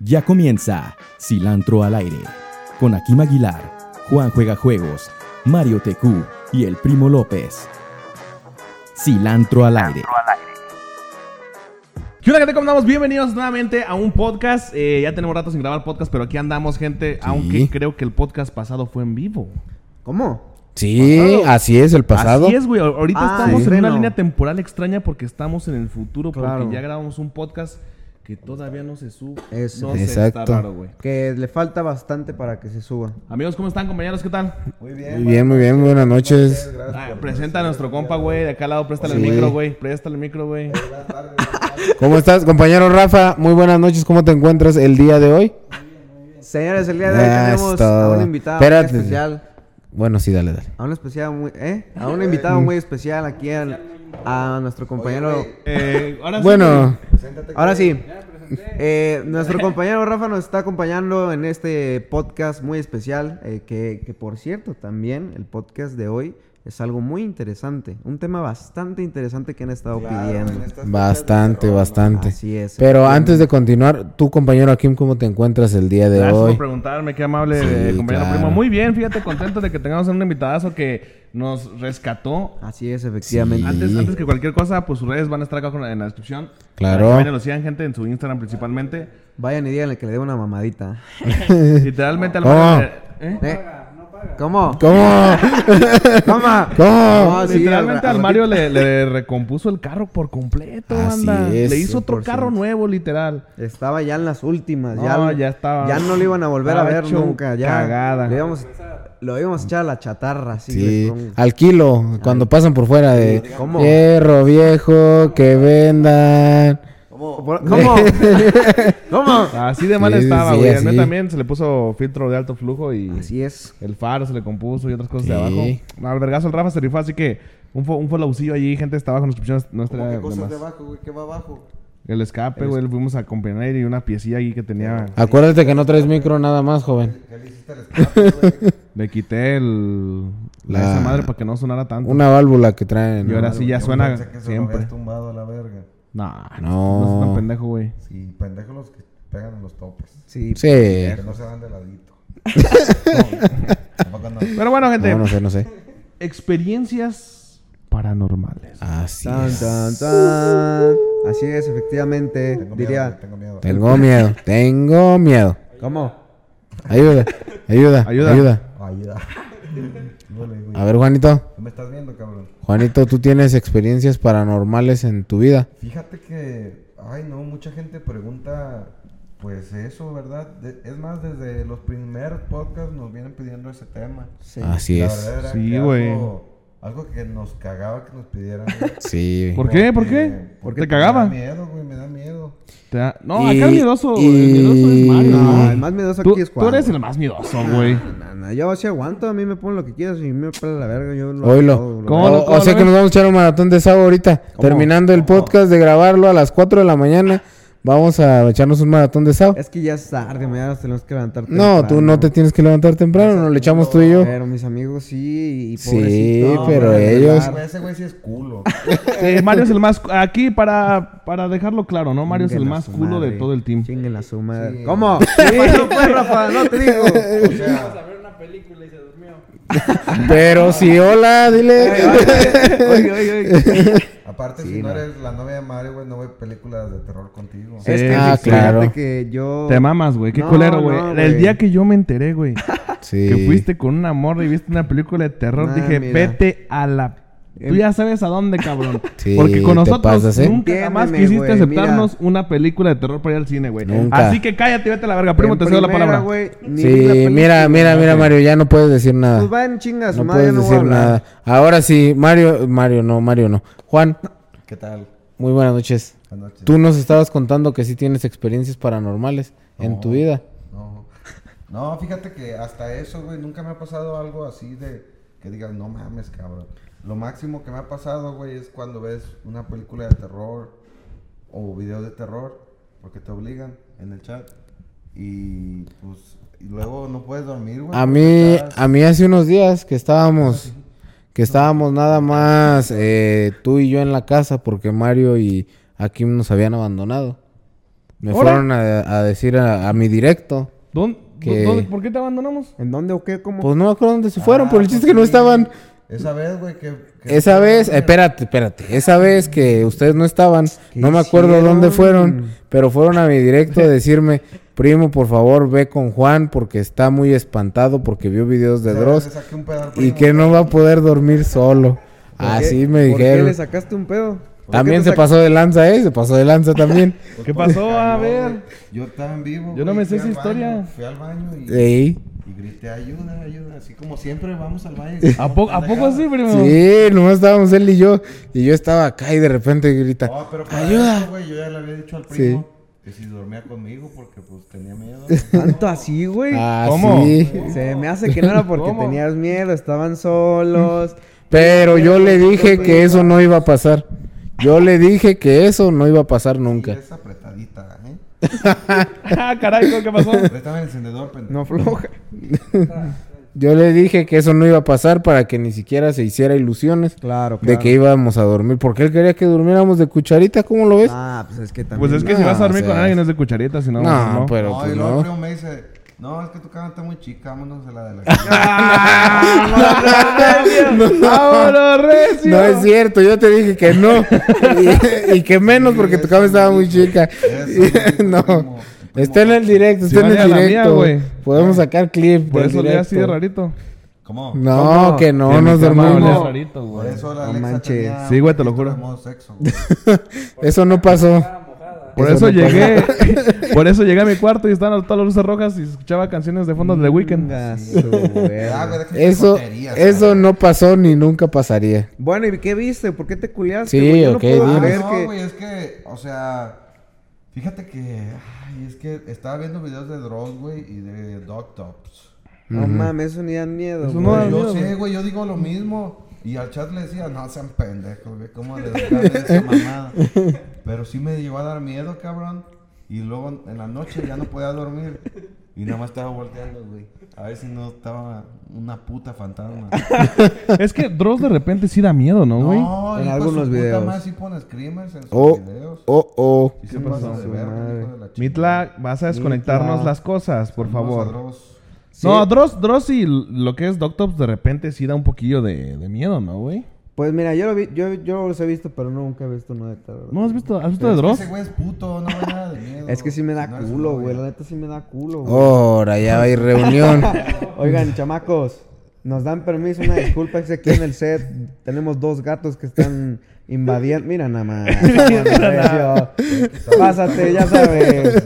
Ya comienza Cilantro al aire con Akim Aguilar, Juan Juega Juegos, Mario TQ y el Primo López. Cilantro al aire. ¿Qué onda, gente? ¿Cómo andamos? Bienvenidos nuevamente a un podcast. Eh, ya tenemos rato sin grabar podcast, pero aquí andamos, gente. Aunque creo que el podcast pasado fue en vivo. ¿Cómo? Sí, así es, el pasado. Así es, güey. Ahorita Ah, estamos sí. en una Bueno. línea temporal extraña porque estamos en el futuro, Claro. porque ya grabamos un podcast que todavía no se sube. Eso. No sé, está Exacto. raro, güey. Que le falta bastante para que se suba. Amigos, ¿cómo están, compañeros? ¿Qué tal? Muy bien, muy bien, buenas noches. Ah, presenta a nuestro compa, güey. De acá al lado, préstale el Sí. micro, güey. Préstale el micro, güey. ¿Cómo estás, compañero Rafa? Muy buenas noches, ¿cómo te encuentras el día de hoy? Señores, el día de hoy Ya tenemos es a todo. un invitado Espérate. muy especial. Bueno, sí, dale, dale. A un especial muy, ¿eh? A un invitado muy especial aquí al- a nuestro compañero. Eh, ahora sí, Bueno, Ahora sí. Eh, nuestro compañero Rafa nos está acompañando en este podcast muy especial. eh, que, que por cierto, también el podcast de hoy es algo muy interesante. Un tema bastante interesante que han estado pidiendo. bastante, bastante. Así es. Pero antes de continuar, tú, compañero Akim, ¿cómo te encuentras el día de Gracias por hoy? preguntarme, qué amable Sí, eh, compañero claro. primo. Muy bien, fíjate, contento de que tengamos un invitadazo que nos rescató Así es, efectivamente. Antes, Sí. antes que cualquier cosa, pues sus redes van a estar acá con- en la descripción. Claro. Para que vayan y lo sigan, gente, en su Instagram principalmente. Vayan y díganle que le dé una mamadita. Literalmente al Oh. Mario, eh, ¿eh? ¿Eh? ¿Cómo? ¿Cómo? ¿Cómo? ¿Cómo? No, Ah, sí, Literalmente al- al Mario le, le recompuso el carro por completo, Así banda. es, le hizo otro 100%. carro nuevo, literal. Estaba ya en las últimas. No, ya, ya estaba- Ya no lo iban a volver a estaba ver hecho nunca. Ya. cagada. Lo íbamos, lo íbamos a echar a la chatarra. Así, Sí, Ah, güey, con- al kilo, cuando pasan por fuera de ¿Cómo? hierro viejo, que vendan. Por- ¿Cómo? ¿Cómo? Así de mal Sí, sí, estaba, sí, güey. Al así. mío también se le puso filtro de alto flujo y Así es. el faro se le compuso y otras cosas de Sí. abajo. Al vergazo el Rafa se rifó, así que un, fo- un folaucillo allí, gente, está abajo en la descripción. No estaría ¿Cómo que de cosas más. de abajo, güey? ¿Qué va abajo? El escape, güey, le fuimos a componer y una piecilla ahí que tenía... Acuérdate que no traes micro nada más, joven. ¿Qué le hiciste al escape, güey? Le quité el, la... La- esa madre para que no sonara tanto. Una válvula que traen. y ahora sí ya Yo suena pensé que se lo siempre. habías tumbado a la verga. Nah, no, No. no seas tan pendejo, güey. Sí, pendejos los que pegan en los topes. Sí. Sí. Que no se van de ladito. Tampoco no. Pero bueno, gente, No, no sé, no sé. experiencias paranormales. Así Tan, es. tan, tan. Así es, efectivamente. Tengo miedo, Diría. güey, tengo miedo. Tengo miedo, tengo miedo. ¿Cómo? Ayuda, ayuda, Ayuda. ayuda. Ayuda. No le digo, A ver, Juanito. ¿qué me estás viendo, cabrón? Juanito, tú tienes experiencias paranormales en tu vida. Fíjate que, ay no, mucha gente pregunta, pues eso, ¿verdad? De- es más, desde los primeros podcasts nos vienen pidiendo ese tema. Sí. Así La es. verdad era Sí, que güey. Algo, algo que nos cagaba que nos pidieran. Sí. ¿Por qué? ¿Por Porque- qué? ¿Por porque pues, qué te cagaba? Me da miedo, güey, me da miedo. Te da- No, Y- acá el miedoso, y- el miedoso es Mario. No, güey. el más miedoso Tú- aquí es Juan, Tú eres güey. el más miedoso, güey. Ah. No, no, yo sí aguanto. A mí me ponen lo que quieras y me pela la verga. Yo lo. todo, Oílo. lo- ¿Cómo no? O, o sea ¿Cómo que no? nos vamos a echar un maratón de sábado ahorita. Terminando el podcast de grabarlo a las 4 de la mañana, vamos a echarnos un maratón de sábado. Es que ya es tarde. Mañana nos tenemos que levantar. No, tú no temprano. te tienes que levantar temprano, nos lo echamos tú y yo. Pero mis amigos sí, y Sí, pobrecitos, No, pero van a ellos- Ah, llorar. güey, ese güey sí es culo. Eh, Mario es el más... Aquí, para, para dejarlo claro, ¿no? Mario es el Chinguen a más su culo de madre. todo el team. Chinguen a su madre. Sí. ¿Cómo? ¿Qué pasó, pues, Rafa? No te digo. O sea, Pero sí, hola, dile. Oye, oye, oye. aparte, si no, eres la novia de Mario, güey, no veo películas de terror contigo. Es que Ah, Este, fíjate claro. que yo... Te mamas, güey. Qué No, culero, güey. no, el güey. día que yo me enteré, güey. Sí. que fuiste con una morra y viste una película de terror, Nah, dije, mira. vete a la... Tú ya sabes a dónde, cabrón. Sí, Porque con te nosotros pasas, ¿eh? nunca jamás Entiéndeme, quisiste güey, aceptarnos una película de terror para ir al cine, güey. Nunca. Así que cállate, vete a la verga. Primo, En te cedo la primera, palabra. güey, ni vi la Sí, mira, película. mira, mira, Mario, ya no puedes decir nada. Pues vayan chingas, a su No madre, puedes yo no voy a decir hablar. nada. Ahora sí, Mario, Mario no, Mario no. Juan, ¿Qué tal? muy buenas noches. Buenas noches. Tú nos estabas contando que sí tienes experiencias paranormales en No. tu vida. No. No, fíjate que hasta eso, güey, nunca me ha pasado algo así de que digas, no mames, cabrón. Lo máximo que me ha pasado, güey, es cuando ves una película de terror o video de terror, porque te obligan en el chat. Y pues, y luego no puedes dormir, güey. A porque mí, estás- a mí hace unos días que estábamos, que estábamos nada más eh, tú y yo en la casa porque Mario y Akim nos habían abandonado. Me Ahora. fueron a, a decir a, a mi directo. ¿Dónde, Que- dónde- ¿Por qué te abandonamos? ¿En dónde o qué? ¿Cómo? Pues no me acuerdo dónde se Ah, fueron, por el pues chiste que no sí. estaban. Esa vez, güey, que... que- Esa vez, eh, espérate, espérate. Esa vez que ustedes no estaban, no me acuerdo hicieron? dónde fueron, pero fueron a mi directo a decirme, primo, por favor, ve con Juan porque está muy espantado porque vio videos de esa vez Dross le saqué un pedazo y primo, que no va a poder dormir solo. ¿Por qué- Así me ¿Por qué le dijeron. sacaste un pedo? ¿Por qué También te se sac- pasó de lanza, ¿eh? Se pasó de lanza también. pues, ¿Qué todo pasó? me A cayó, ver. güey. Yo estaba en vivo, Yo no me güey, sé fui esa al baño, historia. Fui al baño y, Sí. y grité, ayuda, ayuda. Así como siempre, vamos al baño. ¿A, poco- ¿A poco así, primo? Sí, nomás estábamos él y yo. Y yo estaba acá y de repente grita, No, Ah, pero para eso, ayuda. güey, yo ya le había dicho al Sí. primo que si dormía conmigo porque, pues, tenía miedo. Tanto así, güey. Ah, ¿Cómo? sí. Se me hace que no era porque ¿Cómo? tenías miedo, estaban solos. Pero yo le dije que eso no iba a pasar. Yo le dije que eso no iba a pasar Y nunca. es apretadita, ¿eh? ah, caray, ¿qué pasó? Préstame el encendedor, pendejo. No floja. Yo le dije que eso no iba a pasar para que ni siquiera se hiciera ilusiones Claro, de que íbamos a dormir. Porque él quería que durmiéramos de cucharita, ¿cómo lo ves? Ah, pues es que también. Pues es que si No, vas a dormir o con sea, alguien es de cucharita, si no. no, no. pero no, y pues luego el no. primo me dice, no, es que tu cama está muy chica, vámonos a la de la cama. ¡Vámonos, recio! No es cierto, yo te dije que no. y, y que menos porque tu cama estaba muy chica. Eso, güey, no. primo. Está en el directo, está Si en vale a el la mía, directo. güey. Podemos sacar clip. Por del eso le así de directo. rarito. ¿Cómo? No, que no, En mi nos cama olía dormimos. rarito, Por güey. eso la No Alexa manches. tenía Sí, güey, te lo un poquito juro. de modo sexo, güey. Eso no pasó. Por eso, Eso no llegué. por eso llegué a mi cuarto y estaban todas las luces rojas y escuchaba canciones de fondo de The Weeknd. Ah, güey, deja de Eso, tonterías, eso güey. no pasó ni nunca pasaría. Bueno, ¿y qué viste? ¿Por qué te culiaste? Sí, güey? Yo ok, no puedo dime. Ah, creer no, que. güey, es que, o sea, fíjate que, ay, es que estaba viendo videos de Dross, güey, y de Dog Tops. No mames, eso ni da miedo. Eso güey. no da miedo. Yo sé, güey, yo digo lo mismo. Y al chat le decía, no sean pendejos, güey, ¿cómo les de esa mamada? Pero sí me llegó a dar miedo, cabrón. Y luego en la noche ya no podía dormir. Y nada más estaba volteando, güey. A ver si no estaba una puta fantasma. Es que Dross de repente sí da miedo, ¿no, güey? No, En hijo de su algunos puta videos. madre, sí pone screamers en sus Oh, videos. oh, oh. Y se pasa de Su verga, madre. hijo de la chingada. Mitla, vas a desconectarnos Mitla. las cosas, por Vamos a favor. Dross. No, Dross, Dross y lo que es Doctops de repente sí da un poquillo de, de miedo, ¿no, güey? Pues mira, yo, lo vi, yo, yo los he visto, pero nunca he visto uno de esta, ¿verdad? ¿No has visto, has visto de Dross? Ese güey es puto, no ve nada de miedo. Es que sí me da No es su culo, novia. güey. La neta sí me da culo, Oh. güey. Ahora ya hay reunión. Oigan, chamacos, nos dan permiso, una disculpa, es que aquí en el set tenemos dos gatos que están invadiendo. Mira nada más. Recio. Pásate, ya sabes.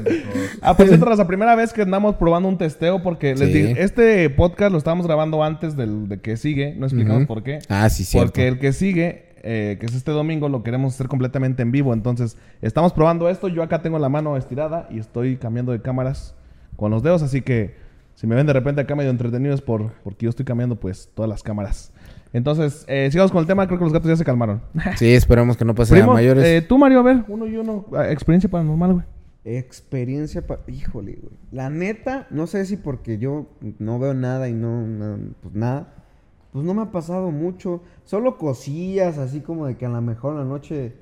Ah, por cierto, la primera vez que andamos probando un testeo, porque les Sí. dije, este podcast lo estábamos grabando antes del de que sigue, no explicamos Ujú. por qué. Ah, sí, cierto. Porque el que sigue, eh, que es este domingo, lo queremos hacer completamente en vivo. Entonces, estamos probando esto. Yo acá tengo la mano estirada y estoy cambiando de cámaras con los dedos. Así que, si me ven de repente acá medio entretenido es por, porque yo estoy cambiando, pues, todas las cámaras. Entonces, eh, sigamos con el tema. Creo que los gatos ya se calmaron. Sí, esperemos que no pase a Primo, mayores. eh, tú, Mario, a ver, uno y uno. eh, Experiencia paranormal, güey. Experiencia pa- Híjole, güey. La neta, no sé si porque yo no veo nada y no, no- pues nada. Pues no me ha pasado mucho. Solo cosillas, así como de que a lo mejor en la noche.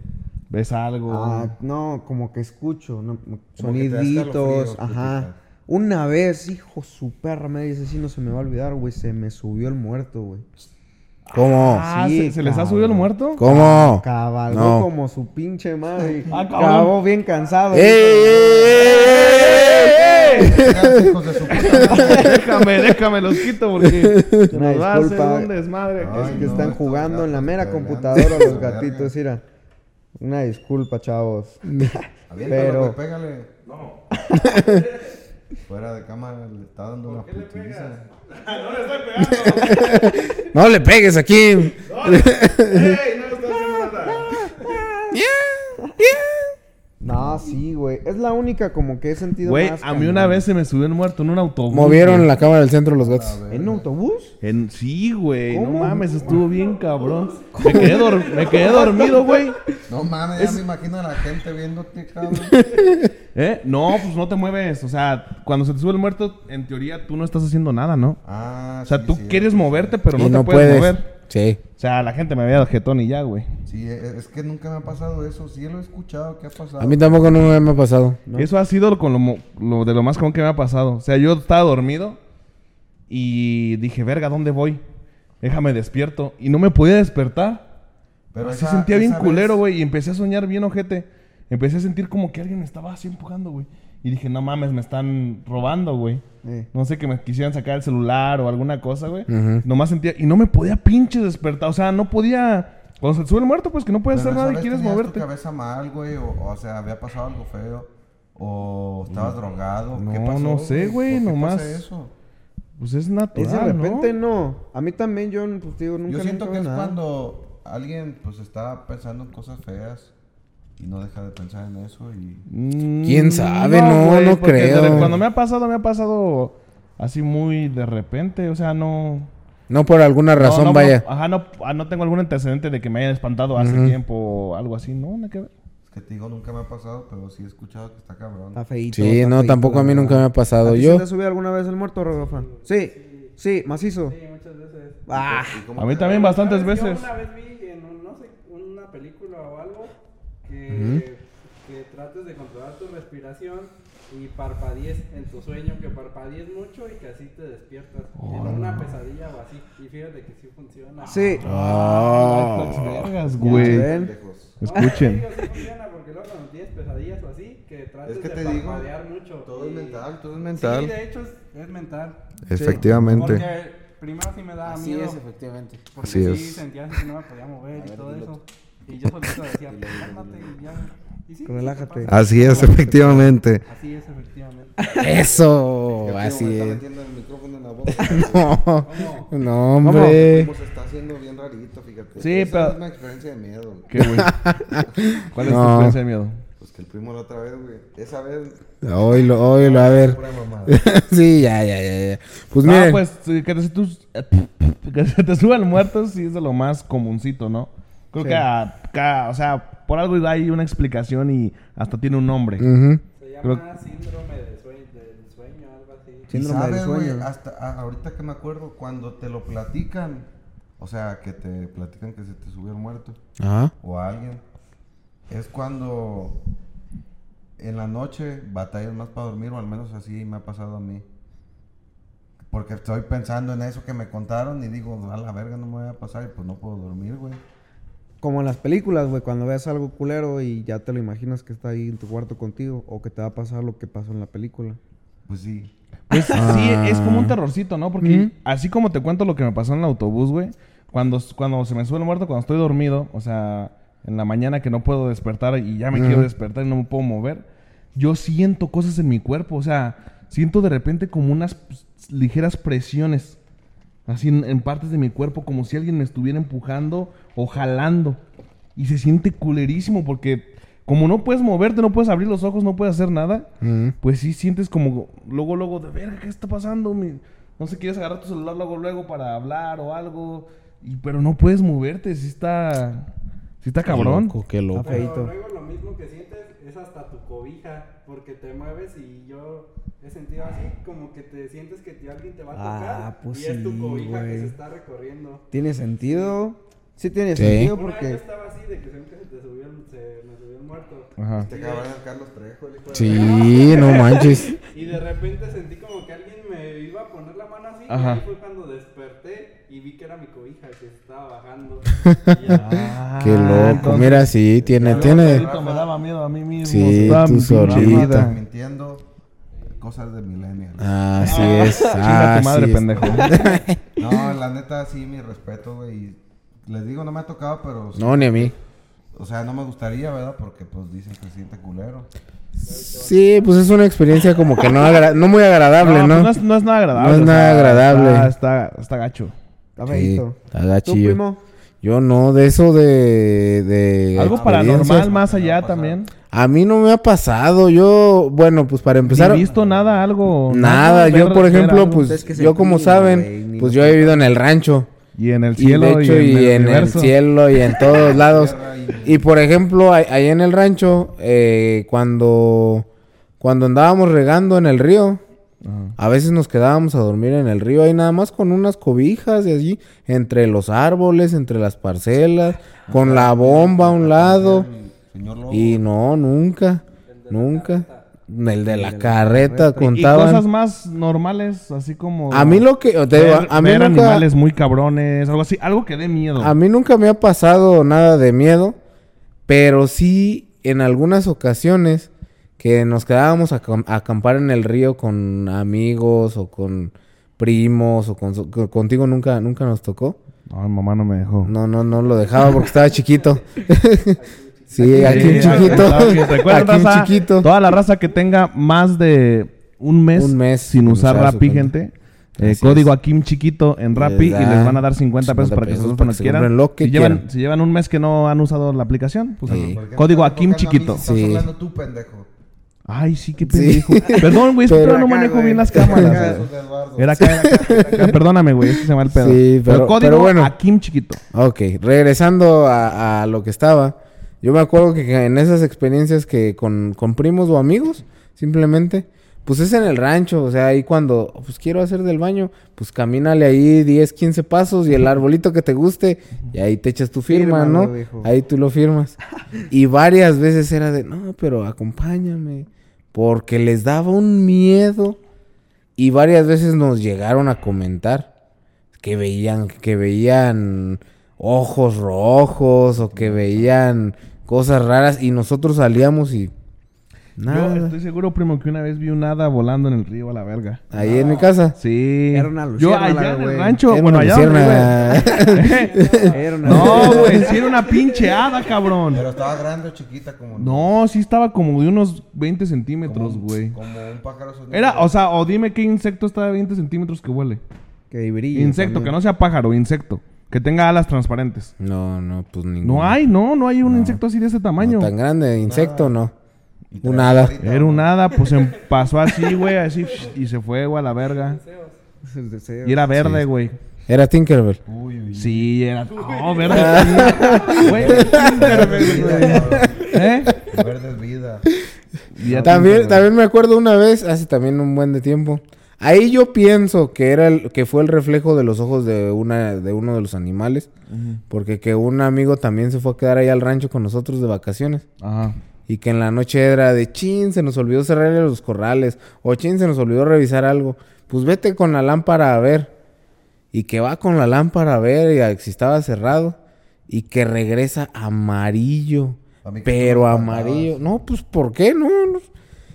¿Ves algo? Ah, no, como que escucho, no, no, que te da escalofríos, soniditos, putita. ajá. Una vez, hijo, su perra me dice, sí, no se me va a olvidar, güey, se me subió el muerto, güey. ¿Cómo? Ah, Sí, ¿se, se les ha cabrón. subido el muerto? ¿Cómo? Cabalgó No. como su pinche madre. y Ah, cabrón. Acabó bien cansado. ¡Ey, ey, ey, ey, ey! Gracias, hijos de su puta madre. ¡Eh! déjame, déjame, los quito porque se Una nos va a hacer disculpa. un desmadre. Ay, Es que no, están estos jugando en la gatos mera peleando. computadora los La verga. gatitos, mira. Una disculpa, chavos. Aviéntalo, Pero- güey, pégale. No. Fuera de cámara le está dando una putiza. No le pegues aquí. No, sí, güey. Es la única como que he sentido Güey, más a mí una cansado. vez se me subió el muerto en un autobús. Movieron güey. la cámara del centro los gatos. ¿En un autobús? En- sí, güey, no ¿Cómo? mames, estuvo bien cabrón. Me quedé, dor- me quedé dormido, güey. No mames, ya me imagino a la gente viéndote, cabrón. ¿Eh? No, pues no te mueves. O sea, cuando se te sube el muerto, en teoría tú no estás haciendo nada, ¿no? Ah, O sea, sí, tú sí, quieres sí. moverte, pero Y no te no puedes, puedes. mover. Sí. O sea, la gente me veía de jetón y ya, güey. Sí, e- es que nunca me ha pasado eso. Sí lo he escuchado, ¿qué ha pasado? A mí tampoco nunca me ha pasado. Eso ha sido con lo, mo- lo de lo más común que me ha pasado. O sea, yo estaba dormido y dije, verga, ¿dónde voy? Déjame despierto. Y no me podía despertar. Pero así esa- sentía bien esa culero, vez- güey. Y empecé a soñar bien ojete. Empecé a sentir como que alguien me estaba así empujando, güey. Y dije, no mames, me están robando, güey. Eh. No sé, que me quisieran sacar el celular o alguna cosa, güey. Nomás sentía... Y no me podía pinche despertar. O sea, no podía... Cuando se sube el muerto, pues que no puedes Pero hacer esa nada y vez quieres tenías moverte. tu cabeza mal, güey? O, o sea, había pasado algo feo. O estabas drogado. ¿Qué Mm. No, pasó? no sé, güey, ¿Por qué nomás. pasa eso? Pues es Es de natural, repente ¿no? no. A mí también yo pues, digo, nunca Yo siento nunca que es nada. cuando alguien pues está pensando en cosas feas y no deja de pensar en eso y Mm, ¿Quién sabe? No, güey, no porque de- creo. Cuando me ha pasado, me ha pasado así muy de repente. O sea, no... No por alguna razón, no, no, vaya. no, ajá, no, ah, no tengo algún antecedente de que me hayan espantado hace tiempo o algo así. No, nada que ver. es que te digo nunca me ha pasado, pero sí he escuchado que está cabrón. Está feíto, Sí, está no, feíto, tampoco la a mí verdad. nunca me ha pasado. ¿A ti Yo- se te ha subido alguna vez el muerto, Rafa? Sí, sí, macizo. Sí, muchas veces. Ah, ¿Y cómo A mí te- también bastantes ¿Sabes? veces. Yo una vez vi en un- no sé, una película o algo que, que trates de controlar tu respiración y parpadees en tu sueño, que parpadees mucho y que así te despiertas. en una pesadilla o así. Y fíjate que sí funciona. sí. Ah, Ay, las vergas, güey. ¿Ven? Pendejos. Escuchen. Digo, sí funciona porque luego cuando tienes pesadillas o así, que trates Es que de te digo, parpadear mucho. todo es y- mental, todo es Sí, mental. de hecho es, es mental. Efectivamente. Porque primero sí me daba miedo. efectivamente. Porque Así sí, es. sentía así que no me podía mover y todo eso. Y yo solito decía, cálmate y ya. Y sí, Relájate. Ah, sí te pasa. Así es, efectivamente. Así es, efectivamente. Eso, así Me está es. metiendo el micrófono en la boca. No, no, hombre. Como se está haciendo bien rarito, fíjate. eh. Sí, Esa pero- es una experiencia de miedo. ¿Qué, güey? ¿Cuál es tu No. experiencia de miedo? Pues que el primo la otra vez, güey. Esa vez, Hoy lo, hoy lo, a ver. pura mamada. sí, ya, ya, ya, ya. Pues No, miren, pues sí, que, te, tus- que se te suba el muerto sí es de lo más comuncito, ¿no? Creo que a- ca- o sea, por algo hay una explicación y hasta tiene un nombre. ujú. Se Creo- llama síndrome de sueño, del sueño, algo así. Y Síndrome del sabes, güey, sueño. hasta a- ahorita que me acuerdo, cuando te lo platican, o sea, que te platican que se te subió el muerto Ajá. o a alguien, es cuando en la noche batallas más para dormir, o al menos así me ha pasado a mí. Porque estoy pensando en eso que me contaron y digo, a la verga no me voy a pasar y pues no puedo dormir, güey. Como en las películas, güey, cuando ves algo culero y ya te lo imaginas que está ahí en tu cuarto contigo o que te va a pasar lo que pasó en la película. Pues sí. Pues sí, es como un terrorcito, ¿no? Porque así como te cuento lo que me pasó en el autobús, güey, cuando, cuando se me sube el muerto, cuando estoy dormido, o sea, en la mañana que no puedo despertar y ya me quiero despertar y no me puedo mover, yo siento cosas en mi cuerpo, o sea, siento de repente como unas pues, ligeras presiones, así en, en partes de mi cuerpo, como si alguien me estuviera empujando o jalando. Y se siente culerísimo porque como no puedes moverte, no puedes abrir los ojos, no puedes hacer nada, Mm. pues sí sientes como luego, luego, de verga, ¿qué está pasando? Mi- No sé, quieres agarrar tu celular luego, luego para hablar o algo, y, pero no puedes moverte, sí está, sí está cabrón. Loco, qué Está loco. Pero feito. luego lo mismo que sientes es hasta tu cobija, porque te mueves y yo he sentido así, como que te sientes que te- alguien te va a tocar Ah, pues y es tu sí, cobija que güey. se está recorriendo. ¿Tiene sentido? Sí tiene Sí. sentido Una vez yo porque... estaba así de que se me, se subió el- se me subió el muerto. Ajá. Te Este cabrón el Carlos Trejo, el hijo de la- Sí, no manches. Y de repente sentí como que alguien me iba a poner la mano así. Ajá. Y ahí fue cuando desperté y vi que era mi cobija que se estaba bajando. Y ya. Qué Ah, loco. entonces, Mira, sí, tiene, Claro, tiene. solito Me daba miedo a mí mismo. Sí, se estaba tú mi pinche solito. mamada. Mintiendo cosas de millennials. Así es. Ah, Chinga tu madre, así Ah, es. pendejo. No, la neta, sí, mi respeto, güey. y Les digo, no me ha tocado, pero... sí, No, ni a mí. O sea, no me gustaría, ¿verdad? Porque, pues, dicen que se siente culero. Sí, pues es una experiencia como que no, agra- no muy agradable, No, ¿no? pues no es, no es nada agradable. No es o nada agradable. Está, está, está gacho. Está Sí, feito. está ¿Tú, chillo. primo? Yo no, de eso de... de Algo experiencias. paranormal más allá pasar. también. A mí no me ha pasado. Yo, bueno, pues para Ni empezar... visto nada, algo. Nada, yo ver- por ver ejemplo, algo. pues Es que se yo como pide, saben, güey, ni pues nos yo he vivido en el rancho. Y en el Y cielo. de hecho, y, en, el, universo. cielo y en todos lados. Tierra Y por ejemplo, ahí- ahí en el rancho, eh, cuando, cuando andábamos regando en el río, A veces nos quedábamos a dormir en el río ahí nada más con unas cobijas y allí, entre los árboles, entre las parcelas, con la bomba a un lado. Señor Lobo. Y no, nunca, nunca. El de la carreta Y cosas contaban. más normales, así como. A mí lo que... te digo, ver, a mí ver nunca- animales muy cabrones, algo así, algo que dé miedo. A mí nunca me ha pasado nada de miedo, pero sí en algunas ocasiones que nos quedábamos a, acam- a acampar en el río con amigos o con primos o con, con- contigo nunca nunca nos tocó. No, mi mamá no me dejó. No, no, no lo dejaba porque estaba chiquito. sí, aquí Sí, un chiquito. claro, sí, recuerda, Aquí un raza, chiquito. Toda la raza que tenga más de un mes, Un mes sin usar sin usar su Rappi, cuenta. gente. eh, Así código aquí un chiquito en Rappi y da les van a dar 50 pesos 50 para que se pesos compren para lo que que quieran. si, se compren lo que llevan, quieran. si llevan un mes que no han usado la aplicación, pues, Sí. ¿Por qué código estás aquí un enfocando a mí chiquito. si Estás Sí. hablando tú, pendejo. Ay, sí, qué pendejo. Perdón, güey, es que Pero yo no acá, manejo güey, bien las te cámaras. Eso es de Eduardo. Era acá, era acá, era acá. Perdóname, güey, es que se me va el pedo. Sí, pero- pero código bueno. aquí un chiquito. Ok, regresando a, a lo que estaba, yo me acuerdo que en esas experiencias que con, con primos o amigos, simplemente, pues es en el rancho, o sea, ahí cuando, pues quiero hacer del baño, pues camínale ahí 10, 15 pasos y el arbolito que te guste, y ahí te echas tu firma, Fírmalo, ¿no? hijo. Ahí tú lo firmas. Y varias veces era de, no, pero acompáñame, porque les daba un miedo. Y varias veces nos llegaron a comentar que veían, que veían ojos rojos o que veían cosas raras y nosotros salíamos y nada. Yo estoy seguro, primo, que una vez vi un hada volando en el río a la verga. Ahí en mi casa. Sí. Era una Yo luciérnaga, allá en el güey. rancho, Era bueno, una allá luciérnaga. donde vive. Era una- No, güey, sí era una pinche hada, cabrón. Pero estaba grande o chiquita como... No, sí estaba como de unos 20 centímetros, güey. Como un pájaro sonido. Era, o sea, o dime qué insecto está de 20 centímetros que huele. Que brilla. Insecto, que no sea pájaro, insecto. Que tenga alas transparentes. No, no, pues ninguno. No hay, no, no hay un insecto así de ese tamaño. No tan grande, insecto no. Un hada. Era un hada, pues em- pasó así, güey, así, y se fue, güey, a la verga. Y era verde, güey. Era Tinkerbell. Sí, era. No, verde. Güey, Tinkerbell, güey. ¿Eh? Verde es vida. Y ya También, Tinkerbell. también me acuerdo una vez, hace también un buen de tiempo. Ahí yo pienso que era el, que fue el reflejo de los ojos de una de uno de los animales, porque que un amigo también se fue a quedar ahí al rancho con nosotros de vacaciones. Ajá. Y que en la noche era de chin, se nos olvidó cerrar los corrales. O chin, se nos olvidó revisar algo. Pues vete con la lámpara a ver. Y que va con la lámpara a ver y a- si estaba cerrado. Y que regresa amarillo. A mí que Pero no me amarillo. No, pues ¿por qué no? No.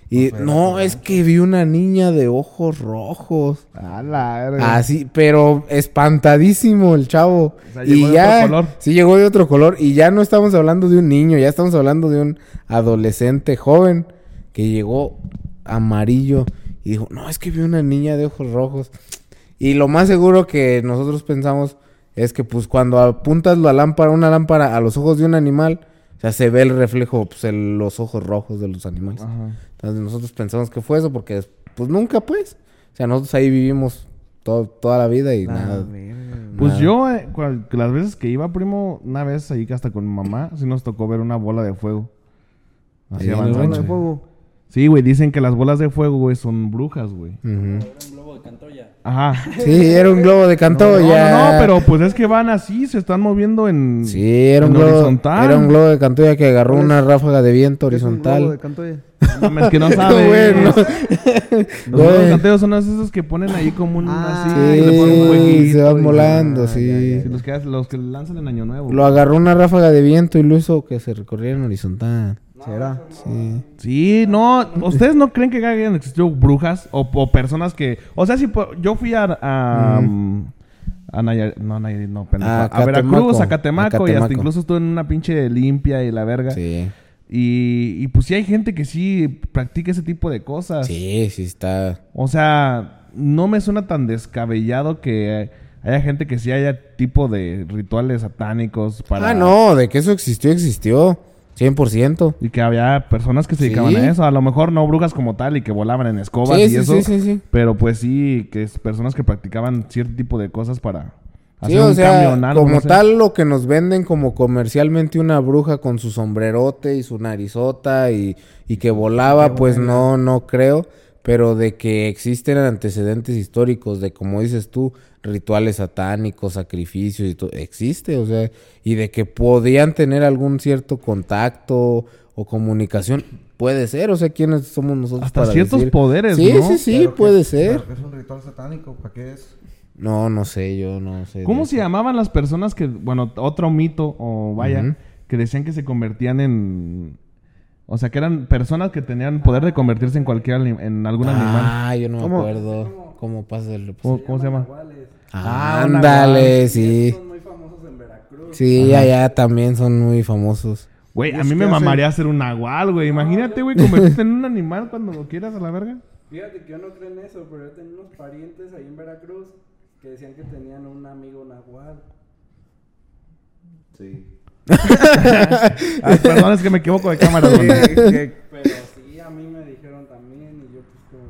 Y Pues, era no, color. es que vi una niña de ojos rojos. A la verga. Así, pero espantadísimo el chavo. sea, y llegó de ya, otro color. sí llegó de otro color y ya no estamos hablando de un niño, ya estamos hablando de un adolescente joven que llegó amarillo y dijo, "No, es que vi una niña de ojos rojos." Y lo más seguro que nosotros pensamos es que pues cuando apuntas la lámpara, una lámpara a los ojos de un animal, o sea, se ve el reflejo, pues el- los ojos rojos de los animales. Ajá. Entonces nosotros pensamos que fue eso porque pues nunca pues. O sea, nosotros ahí vivimos todo- toda la vida Ah, y nada. Pues Nada. yo, eh, cual- que las veces que iba, primo, una vez ahí que hasta con mi mamá, sí nos tocó ver una bola de fuego. Ahí Así en el avanzando. rancho. Sí, güey, dicen que las bolas de fuego, güey, son brujas, güey. Ujú. Era un globo de Cantoya. Ajá. Sí, era un globo de canto No, ya. no, no, pero pues es que van así, se están moviendo en... Sí, era un, en globo, horizontal. Pues, era un globo de canto ya que agarró una ráfaga de viento horizontal. No mames, que no No, sabes. güey, no. Los globos Güey. de canteo son esos que ponen ahí como un... Ah, así, y le ponen un Sí, huequito se van y- volando, sí. Sí, los, que, los que lanzan en Año Nuevo. Lo agarró una ráfaga de viento y lo hizo que se recorriera en horizontal. ¿Será? Sí. Sí, no, ¿ustedes no creen que hayan existido brujas o, o personas que... O sea, si po- yo fui a... a, mm, a Naya- no, Nayarit, no, pendejo, A a, Veracruz, Ah, Catemaco, a Catemaco, a y Catemaco. hasta incluso estuve en una pinche limpia y la verga. Sí. Y, y pues sí hay gente que sí practica ese tipo de cosas. Sí, sí está. O sea, no me suena tan descabellado que haya gente que sí haya tipo de rituales satánicos para... Ah, no, de que eso existió, existió. 100%. Y que había personas que se Sí. dedicaban a eso. A lo mejor no brujas como tal y que volaban en escobas Sí, y sí, eso. sí, sí, sí. Pero pues sí, que es personas que practicaban cierto tipo de cosas para hacer Sí, o un cambio sea, en algo, como no sé. tal lo que nos venden como comercialmente una bruja con su sombrerote y su narizota y, y que volaba, pues no, no creo. pero de que existen antecedentes históricos de, como dices tú, rituales satánicos, sacrificios y todo, existe, o sea, y de que podían tener algún cierto contacto o comunicación, puede ser, o sea, ¿quiénes somos nosotros Hasta para ciertos decir? poderes, Sí, ¿no? sí, sí, Claro que- puede ser. claro que es un ritual satánico, ¿para qué es? No, no sé, yo no sé. ¿Cómo de se eso. llamaban las personas que, bueno, otro mito, o vaya, Ujú. que decían que se convertían en... O sea, que eran personas que tenían poder de convertirse en cualquier anim- en algún animal. Ah, yo no ¿Cómo? me acuerdo. ¿Cómo pasa el... ¿Cómo, cómo se llama? Nahuales. Ah, Ándale, sí. Son muy famosos en Veracruz. Sí, allá también son muy famosos. Güey, a Es mí que me hacen- mamaría hacer un nahual, güey. Imagínate, güey, convertirte en un animal cuando lo quieras a la verga. Fíjate que yo no creo en eso, pero yo tenía unos parientes ahí en Veracruz que decían que tenían un amigo nahual. Sí. Ay, perdón, es que me equivoco de cámara, güey. eh. Pero sí, a mí me dijeron también y yo pues como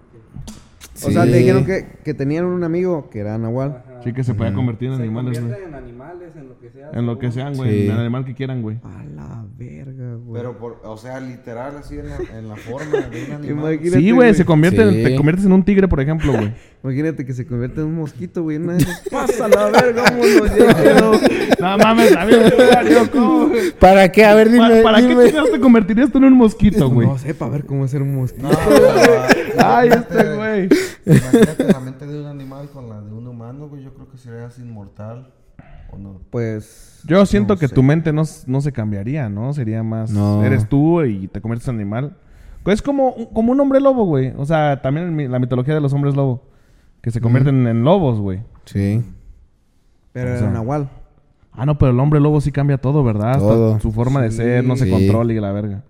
que... O sea, Sí. te dijeron que, que tenían un amigo que era Nahual. Ajá. Sí, que se puede convertir en se animales, güey. convierten en animales, en lo que sea. En lo que sean, según. güey. Sí. En el animal que quieran, güey. A la verga, güey. Pero, por, o sea, literal, así en la, en la forma de un animal. Imagínate, Sí, güey, se convierte en- Sí. te conviertes en un tigre, por ejemplo, güey. Imagínate que se convierte en un mosquito, güey. Una de esas, Pasa la verga, vámonos, ya quedó. No mames, a mí me gustaría, ¿cómo, güey? ¿Para qué? A ver, dime. ¿Para, para qué dime. chingados te convertirías tú en un mosquito, güey? No sé, para ver cómo hacer un mosquito. No, o sea, Ay, imagínate- este güey. Imagínate la mente de un animal con la de un humano, güey. Yo creo que serías inmortal. ¿O no? Pues. Yo siento no que sé. tu mente no, s- no se cambiaría, ¿no? Sería más... No. Eres tú y te conviertes en animal. Es como, un- como un hombre lobo, güey. O sea, también en mi- la mitología de los hombres lobo. Que se convierten en lobos, güey. Sí. o Pero era sea, Nahual. Ah, no, pero el hombre lobo sí cambia todo, ¿verdad? Hasta Todo. su forma de Sí. ser, no se Sí. controla y la verga.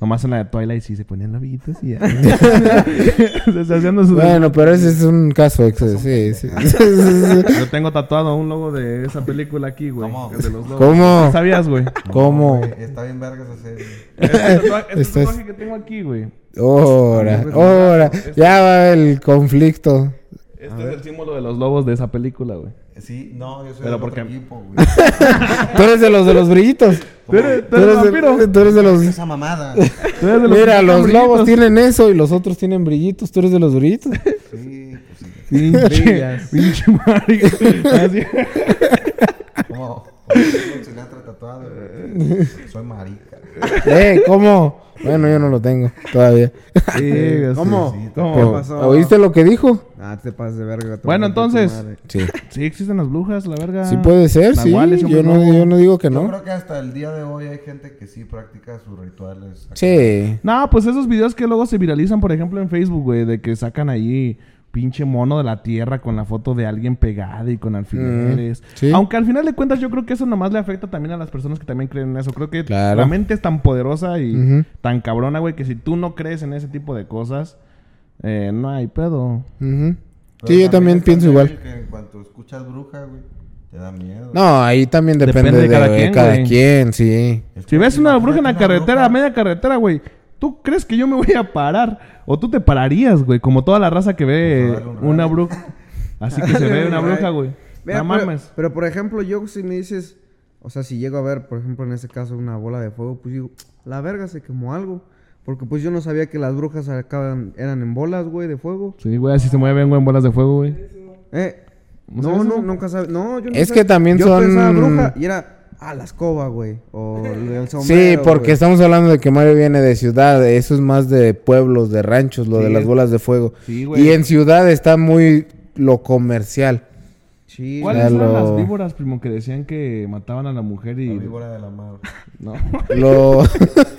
Nomás en la de Twilight sí se ponían lobitos y ya. se hacían su... Bueno, pero ese es un caso. ex- Sí, sí. Yo tengo tatuado un logo de esa película aquí, güey. ¿Cómo? el de los lobos. ¿Cómo? ¿Sabías, güey? ¿Cómo? Güey, está bien eh, verga esa serie. Este tatuaje, este Estás- tatuaje que tengo aquí, güey. Ahora, ahora. Ya va el conflicto. Este es el símbolo de los lobos de esa película, güey. Sí, no, yo Pero soy del otro porque- equipo, güey. Tú eres de los de los brillitos. ¿Tú eres, tú Tú eres eres, vampiro? de, tú eres de los. Esa mamada. Tú eres de Mira, los brillitos. lobos tienen eso y los otros tienen brillitos. Tú eres de los brillitos. Sí, pues sí. Pinche, pinche Mario. Así- Como como Sinatra tatuado, güey. Soy marica. Eh, ¿cómo? Bueno, yo no lo tengo todavía. Sí, así. ¿Cómo? sí, ¿Qué ¿Cómo? pasó? ¿Oíste lo que dijo? Ah, te pasas de verga. tu Bueno, madre, tu entonces. madre. Sí. Sí existen las brujas, la verga. Sí puede ser, sí. Nahuales, Yo hombres no, lobo. yo no digo que Yo no. creo que hasta el día de hoy hay gente que sí practica sus rituales. acá. Sí. No, pues esos videos que luego se viralizan, por ejemplo, en Facebook, güey, de que sacan ahí pinche mono de la tierra con la foto de alguien pegada y con alfileres. Mm, sí. Aunque al final de cuentas yo creo que eso nomás le afecta también a las personas que también creen en eso. Creo que Claro. la mente es tan poderosa y Ujú. tan cabrona, güey, que si tú no crees en ese tipo de cosas, eh, no hay pedo. Ujú. Pero Sí, yo también está pienso el igual. Que en cuanto escuchas bruja, güey, te da miedo. No, ahí también depende, de, cada, quien, güey. sí. Es Si que ves una bruja en la imagínate una carretera, a bruja. media carretera, güey, ¿tú crees que yo me voy a parar? ¿O tú te pararías, güey? Como toda la raza que Pues a ve darle un una ride. bruja. Así que se ve una bruja, güey. Mira, No pero, mames. pero, por ejemplo, yo si me dices, o sea, si llego a ver, por ejemplo, en este caso, una bola de fuego, pues digo, la verga se quemó algo. Porque pues yo no sabía que las brujas acaban, eran en bolas, güey, de fuego. Sí, güey, así se mueven, güey, en bolas de fuego, güey. Eh, ¿No no, sabes no, eso? nunca sabía. No, yo no Es sabía. que también yo son- pensaba bruja y era, ah, la escoba, güey. O el sombrero. sí, porque güey. estamos hablando de que Mario viene de ciudad, eso es más de pueblos, de ranchos, lo de Sí. las bolas de fuego. Sí, güey. y en ciudad está muy lo comercial. Sí, ¿Cuáles eran Lo- las víboras, primo, que decían que mataban a la mujer y. La víbora de la mar. No. Lo-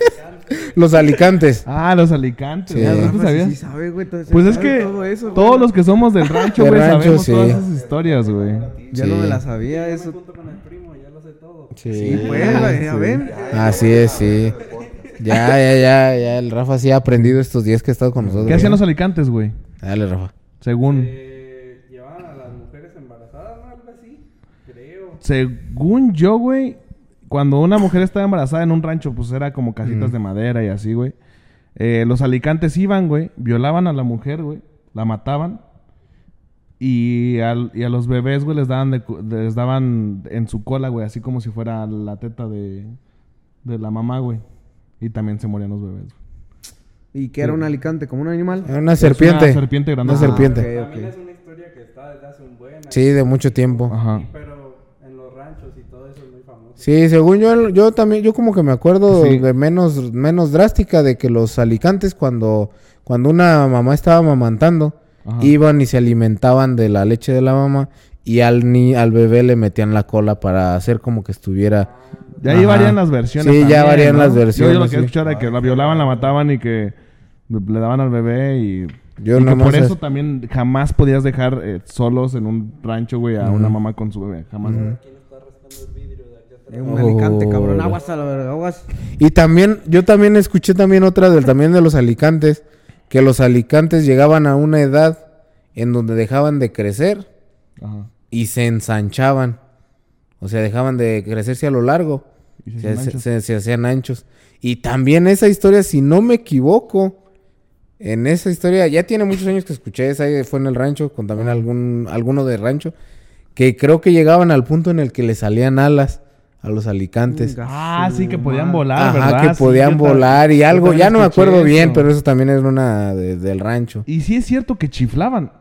los alicantes. Ah, los alicantes. Sí. ¿ya? Rafa, ¿Tú sí, sabías? Ah, pues, sí sabe, güey, entonces, Pues es sabe que todo eso, güey. todos los que somos del rancho, Del güey, rancho, sabemos todas sí. esas historias, güey. Ya Sí. no me la sabía Yo eso. me junto con el primo, ya lo sé todo. Sí, Sí, pues, güey, ya ven. Así es, sí. Ya, ya, ya, ya, el Rafa sí ha aprendido estos días que ha estado con nosotros. ¿Qué hacían los alicantes, güey? Dale, Rafa. Según. Eh, llevaban a las mujeres embarazadas, ¿no? Algo así, creo. Según yo, güey, cuando una mujer estaba embarazada en un rancho, pues era como casitas de madera y así, güey. Eh, los alicantes iban, güey, violaban a la mujer, güey, la mataban. Y, al- y a los bebés, güey, les daban, de cu- les daban en su cola, güey, así como si fuera la teta de, de la mamá, güey. Y también se morían los bebés, güey. ¿Y que era un alicante? ¿Como un animal? Era una serpiente. Una serpiente grande. Una serpiente. ok, También ok. es una historia que está desde hace un buen año. Sí, de mucho tiempo. Ajá. Pero en los ranchos y todo eso es muy famoso. Sí, según yo, yo también, yo como que me acuerdo Sí. de menos, menos drástica de que los alicantes cuando, cuando una mamá estaba amamantando, Ajá. iban y se alimentaban de la leche de la mamá y al, ni, al bebé le metían la cola para hacer como que estuviera... Ya ahí Ajá. varían las versiones. Sí, ya también, varían las versiones, Yo, lo que sí. escuchaba era que la violaban, la mataban y que le daban al bebé y. Yo y que nomás por es- eso también jamás podías dejar eh, solos en un rancho, güey, a una mamá con su bebé. Jamás. ¿Quién está rascando el vidrio de aquí atrás? Eh, Oh. un alicante, cabrón. Órale. Aguas a la verga, aguas. Y también, yo también escuché también otra del también de los alicantes, que los alicantes llegaban a una edad en donde dejaban de crecer Ajá. y se ensanchaban. O sea, dejaban de crecerse a lo largo. Y se Se, hacían se- anchos. se- se hacían anchos. Y también esa historia, si no me equivoco, en esa historia, ya tiene muchos años que escuché, esa eh, fue en el rancho, con también Ah. algún, alguno de rancho, que creo que llegaban al punto en el que le salían alas a los alicantes. Ah, sí, que podían madre. volar, Ajá, ¿verdad? que Sí, podían yo ta- volar y yo algo, también ya no me escuché acuerdo bien, eso. pero eso también era una de- del rancho. Y sí es cierto que chiflaban.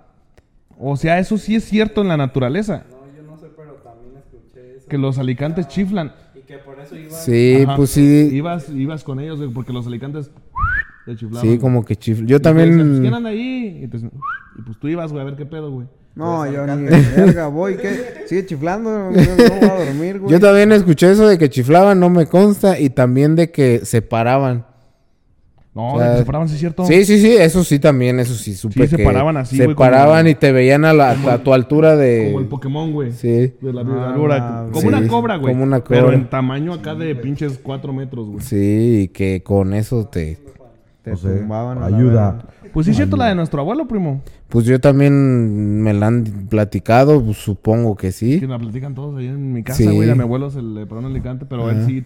O sea, eso sí es cierto en la naturaleza. No, yo no sé, pero también escuché eso. Que los alicantes chiflan. Y que por eso iban Sí, Ajá. pues sí, Ibas, ibas con ellos, güey, porque los alicantes te chiflaban. sí, como que chifla. Yo Y te decían, "Pues, ¿Quién también... anda ahí? Y, te decían, y pues tú ibas, güey, a ver qué pedo, güey. No, yo ni de verga, voy. ¿Qué? Sigue chiflando. No, no voy a dormir, güey. Yo también escuché eso de que chiflaban, no me consta, y también de que se paraban. No, O sea, de que se paraban, sí es cierto. Sí, sí, sí, eso sí también, eso sí, supe Sí, se que paraban así, Se güey, como- paraban y te veían a, la- a tu altura de... Como el Pokémon, güey. Sí. De la verdura. mames. como una Sí, cobra, güey. como una Pero cobra. en tamaño acá de pinches 4 metros, güey. Sí, y que con eso te... Te O sea, tumbaban a la verga. Ayuda. Pues sí es cierto la de nuestro abuelo, primo. Pues yo también me la han platicado, pues, supongo que Que sí. la platican todos ahí en mi Sí. casa, güey. A mi abuelo se le paró un alicante, pero él sí,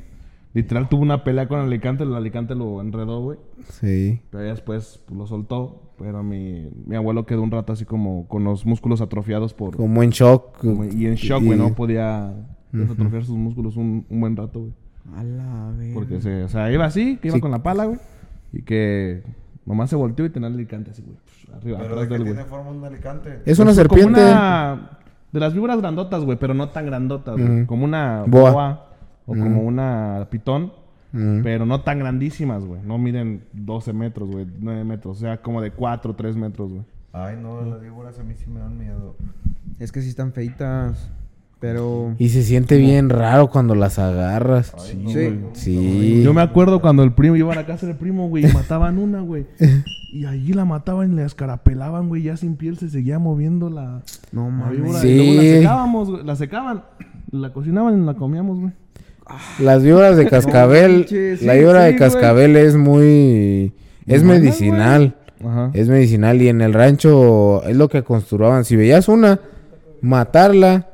literal, tuvo una pelea con el alicante. El alicante lo enredó, güey. Sí. Pero ya después pues, lo soltó. Pero mi, mi abuelo quedó un rato así como con los músculos atrofiados por... Como en shock. como- y en shock, güey. No podía desatrofiar sus músculos un, un buen rato, güey. A la verga. Porque se, o sea, iba así, que iba con la pala, güey. Y que nomás se volteó y tenía el alicante así, güey. Arriba, Pero atrás de que del güey. tiene forma un alicante. Es una serpiente. Como una... De las víboras grandotas, güey, pero no tan grandotas, güey. Como una Boa. o como una pitón. Mm. Pero no tan grandísimas, güey. No miden 12 metros, güey. 9 metros. O sea, como de 4 3 metros, güey. Ay, no, Mm. las víboras a mí sí me dan miedo. Es que sí están feitas. Pero. Y se siente bien raro cuando las agarras. Sí. Sí. Yo me acuerdo cuando el primo iba a la casa del primo, güey, y mataban una, güey. Y allí la mataban y la escarapelaban, güey. Ya sin piel se seguía moviendo la, No la mames. víbora. Sí. Y luego la secábamos, güey. La secaban. La cocinaban y la comíamos, güey. Las víboras de cascabel. manches, la sí, víbora sí, de güey. cascabel es muy. Es Humana, medicinal. Ajá. Es medicinal. Y en el rancho es lo que construaban. Si veías una, matarla.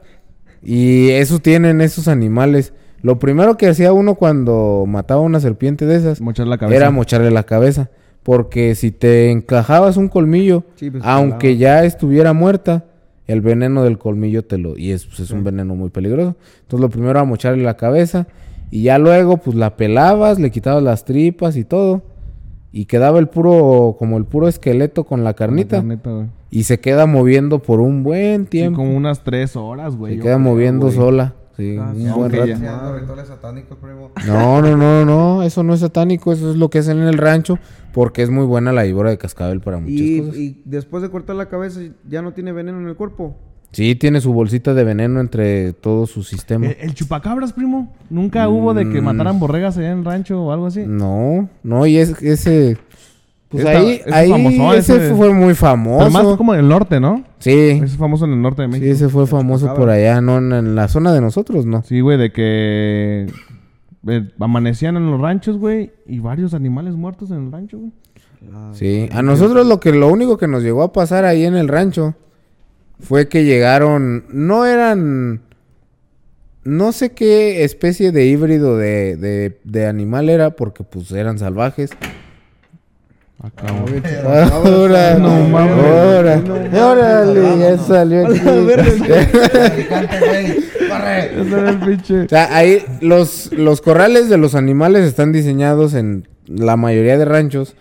Y eso tienen esos animales. Lo primero que hacía uno cuando mataba una serpiente de esas Mochar la cabeza. era mocharle la cabeza. Porque si te encajabas un colmillo, Sí, pues, aunque ya estuviera muerta, el veneno del colmillo te lo... Y es, pues, es un veneno muy peligroso. Entonces lo primero era mocharle la cabeza y ya luego pues la pelabas, le quitabas las tripas y todo. Y quedaba el puro, como el puro esqueleto con la carnita. La carnita, güey. Y se queda moviendo por un buen Sí, tiempo. como unas 3 horas, güey. se yo queda creo, moviendo güey. sola. Sí, Ah, un sí, buen aunque rato. ya- Haciendo rituales satánicos, primo. No, no, no, no, eso no es satánico, eso es lo que hacen en el rancho, porque es muy buena la víbora de cascabel para muchas Y, cosas. y después de cortar la cabeza, ya no tiene veneno en el cuerpo. Sí, tiene su bolsita de veneno entre todo su sistema. Eh, El chupacabras, primo. Nunca hubo de Mm. que mataran borregas allá en el rancho o algo así. No, no, y es, ese... Pues Esta- ahí, ese ahí famosón, ese, ese- fue muy Pero más famoso. como en el norte, ¿no? Sí, Es famoso en el norte de México. sí, ese fue famoso por allá, no en, en la zona de nosotros, no. Sí, güey, de que eh, amanecían en los ranchos, güey, y varios animales muertos en el rancho, güey. Sí, a nosotros lo que lo único que nos llegó a pasar ahí en el rancho fue que llegaron, no eran, no sé qué especie de híbrido de, de, de animal era, porque pues eran salvajes. Acá, Ah, Ahora, No mames. ahora, No mames. órale, ya salió aquí. Alicante, güey. Corre. Ese era el pinche. O sea, ahí los, los corrales de los animales están diseñados en la mayoría de ranchos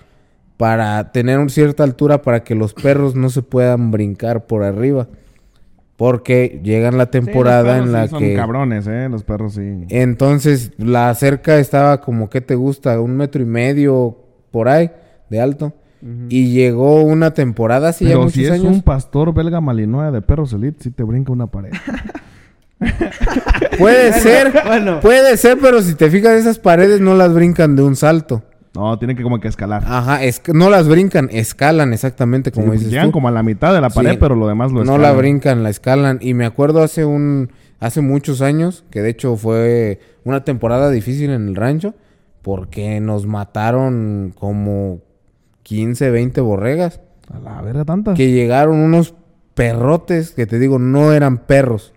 para tener una cierta altura para que los perros no se puedan brincar por arriba. Porque llega la temporada en la son que... cabrones, ¿eh? Los perros sí. Entonces, la cerca estaba como, ¿qué te gusta? Un metro y medio por ahí de alto. Y llegó una temporada hace ya Pero muchos si es años. un pastor belga malinois de perros elite, sí te brinca una pared. Puede ser, bueno. puede ser, pero si te fijas, esas paredes no las brincan de un salto. No, tiene que como que escalar. Ajá, es, no las brincan, escalan exactamente Ah, como Sí, pues, dices Llegan tú. como a la mitad de la pared, Sí. pero lo demás lo no escalan. la brincan, la escalan. Y me acuerdo hace un, hace muchos años, que de hecho fue una temporada difícil en el rancho, porque nos mataron como 15, 20 borregas. A la verga, tantas. que llegaron unos perrotes que te digo no eran perros.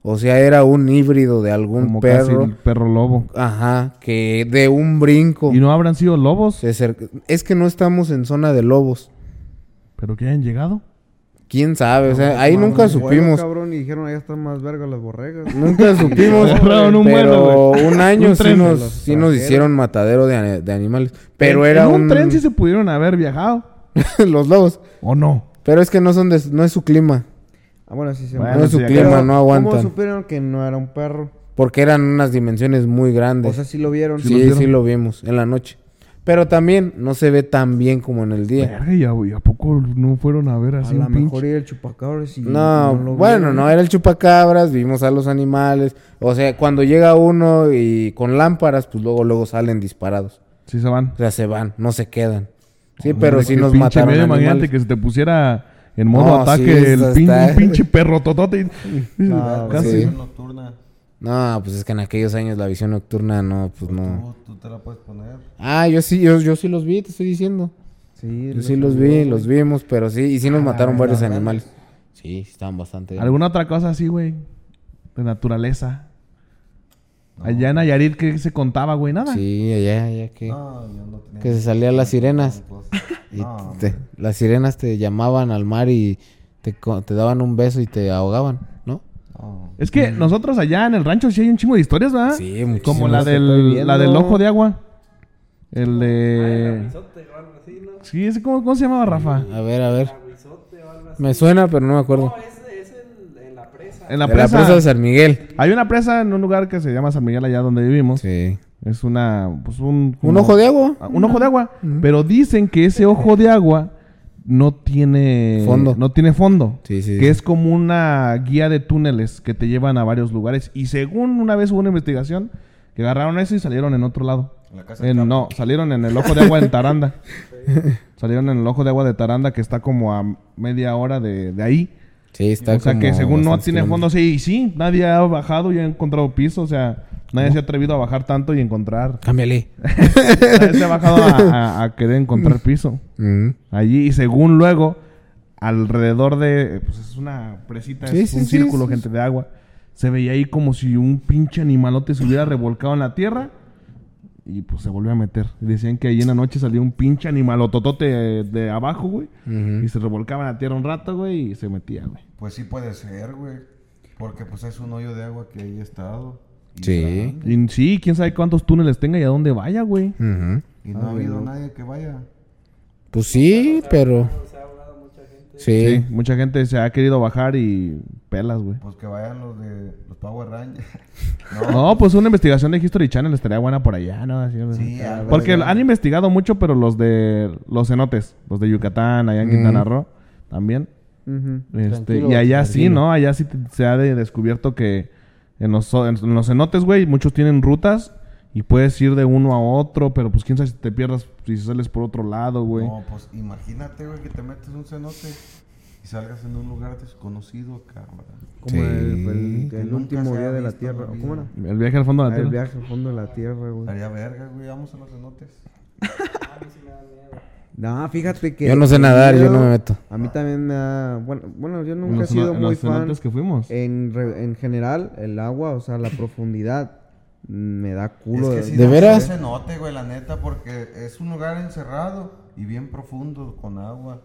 O sea, era un híbrido de algún Como casi perro. el perro lobo. Ajá, que de un brinco. ¿Y no habrán sido lobos? se acer- Es que no estamos en zona de lobos. ¿Pero que hayan llegado? ¿Quién sabe? O sea, ahí Tomaron nunca un vuelo, supimos. cabrón, y dijeron, ahí están más verga las borregas. Nunca supimos. Agarraron un vuelo, pero güey. un Un año sí, tren. nos, Los sí nos hicieron matadero de, ani- de animales. Pero En- era en un, un... tren sí se pudieron haber viajado. los lobos. ¿O no? Pero es que no son de su- no es su clima. Ah, bueno, sí se Bueno, no es su sí, clima, acá- no ¿Cómo aguantan. supieron que no era un perro? Porque eran unas dimensiones muy grandes. O sea, sí lo vieron. Sí, sí lo vimos en la noche. Pero también no se ve tan bien como en el día. Verga, ¿y a, y a poco no fueron a ver A así lo un pinche? mejor era el chupacabras y No, lo bueno, vieron. no, era el chupacabras, vimos a los animales. O sea, cuando llega uno y con lámparas, pues luego luego salen disparados. Sí se van. O sea, se van, no se quedan. Sí, pero Hombre, sí qué nos pinche mataron miedo, animales. Imagínate que se te pusiera en modo No, ataque sí, el eso pin- está- un pinche perro totote. y- Ah, No, Casi. sí. nocturna. No, pues es que en aquellos años la visión nocturna no, pues no. Tú, tú te la puedes poner. Ah, yo sí, yo, yo sí los vi, te estoy diciendo. Sí, Yo sí los vi, los vimos, pero sí, y sí nos mataron varios grandes. animales. Sí, estaban bastante. grandes. ¿Alguna otra cosa así, güey? De naturaleza. Allá en Nayarit, ¿qué se contaba, güey? Nada. Sí, allá, allá que. No, yo no tenía. Que se salían las sirenas. Y No, te- las sirenas te llamaban al mar y te, co- te daban un beso y te ahogaban, ¿no? no. Es que nosotros allá en el rancho sí hay un chingo de historias, ¿verdad? Sí, muchísimas. Como la Te estoy del, viendo. la del ojo de agua. El Ah, El de... aguizote o algo así, ¿no? Sí, ese, ¿cómo, cómo se llamaba, Rafa? A ver, a ver. Aguizote o algo así. Me suena, pero no me acuerdo. No, es, es en, en la presa. En la De la presa. presa de San Miguel. Hay una presa en un lugar que se llama San Miguel allá donde vivimos. Sí. Es una... Pues un... ¿Un como- ojo de agua? Ah, Un ojo de agua. Pero dicen que ese ojo de agua no tiene Fondo. No tiene fondo. Sí, sí, Que sí. es como una guía de túneles que te llevan a varios lugares. Y según una vez hubo una investigación, que agarraron eso y salieron en otro lado. En la casa de En- campo. no, salieron en el ojo de agua en Taranda. salieron en el ojo de agua de Taranda, que está como a media hora de, de ahí. Sí, está o sea como que según no bastantes tiene fondo, kilómetros. sí, y sí, nadie ha bajado y ha encontrado piso, o sea, nadie se ha atrevido a bajar tanto y encontrar. Cámbiale. nadie se ha bajado a- a- a querer encontrar piso. Mm. Allí, y según luego, alrededor de. Pues es una presita, Sí, es sí, un sí, círculo, sí, gente, de agua. Se veía ahí como si un pinche animalote se hubiera revolcado en la tierra. Y pues se volvió a meter. Y Decían que ahí en la noche salió un pinche animalototote eh, de abajo, güey. Ujú. Y se revolcaba en la tierra un rato, güey, y se metía, güey. Pues sí puede ser, güey. Porque pues es un hoyo de agua que ahí ha estado. Y Sí. grande. Y sí, quién sabe cuántos túneles tenga y a dónde vaya, güey. Ujú. Y no ha habido nadie que vaya. Pues sí, pero. Se ha hablado mucha gente. Sí. Sí, mucha gente se ha querido bajar y pelas, güey. Pues que vayan los de los Power Rangers. No, pues una investigación de History Channel estaría buena por allá, ¿no? Así, Sí, algo porque así. han investigado mucho, pero los de los cenotes, los de Yucatán, allá en Quintana Roo, también. Mm. Ujú. Este, Tranquilo, y allá sí, tranquilo. ¿no? Allá sí te- se ha de- descubierto que en los, zo- en los cenotes, güey, muchos tienen rutas y puedes ir de uno a otro, pero pues quién sabe si te pierdas, si sales por otro lado, güey. No, pues imagínate, güey, que te metes en un cenote y salgas en un lugar desconocido, cabrón. Como el, el- el Nunca último se ha día de la visto Tierra. en la ¿Cómo era? vida. El viaje al fondo de la Ah, el tierra. viaje al fondo de la Tierra, güey. Estaría verga, güey, vamos a los cenotes. No, fíjate que... Yo no sé el nadar, yo miedo- no me meto. A mí también me ha... Bueno, bueno yo En nunca he los sido ceno- en muy los fan. Eh, cenotes que fuimos. En, re- en general, el agua, o sea, la profundidad, mm, me da culo. Es de- que sí ¿De da veras? un cenote, güey, la neta, porque es un lugar encerrado y bien profundo, con agua.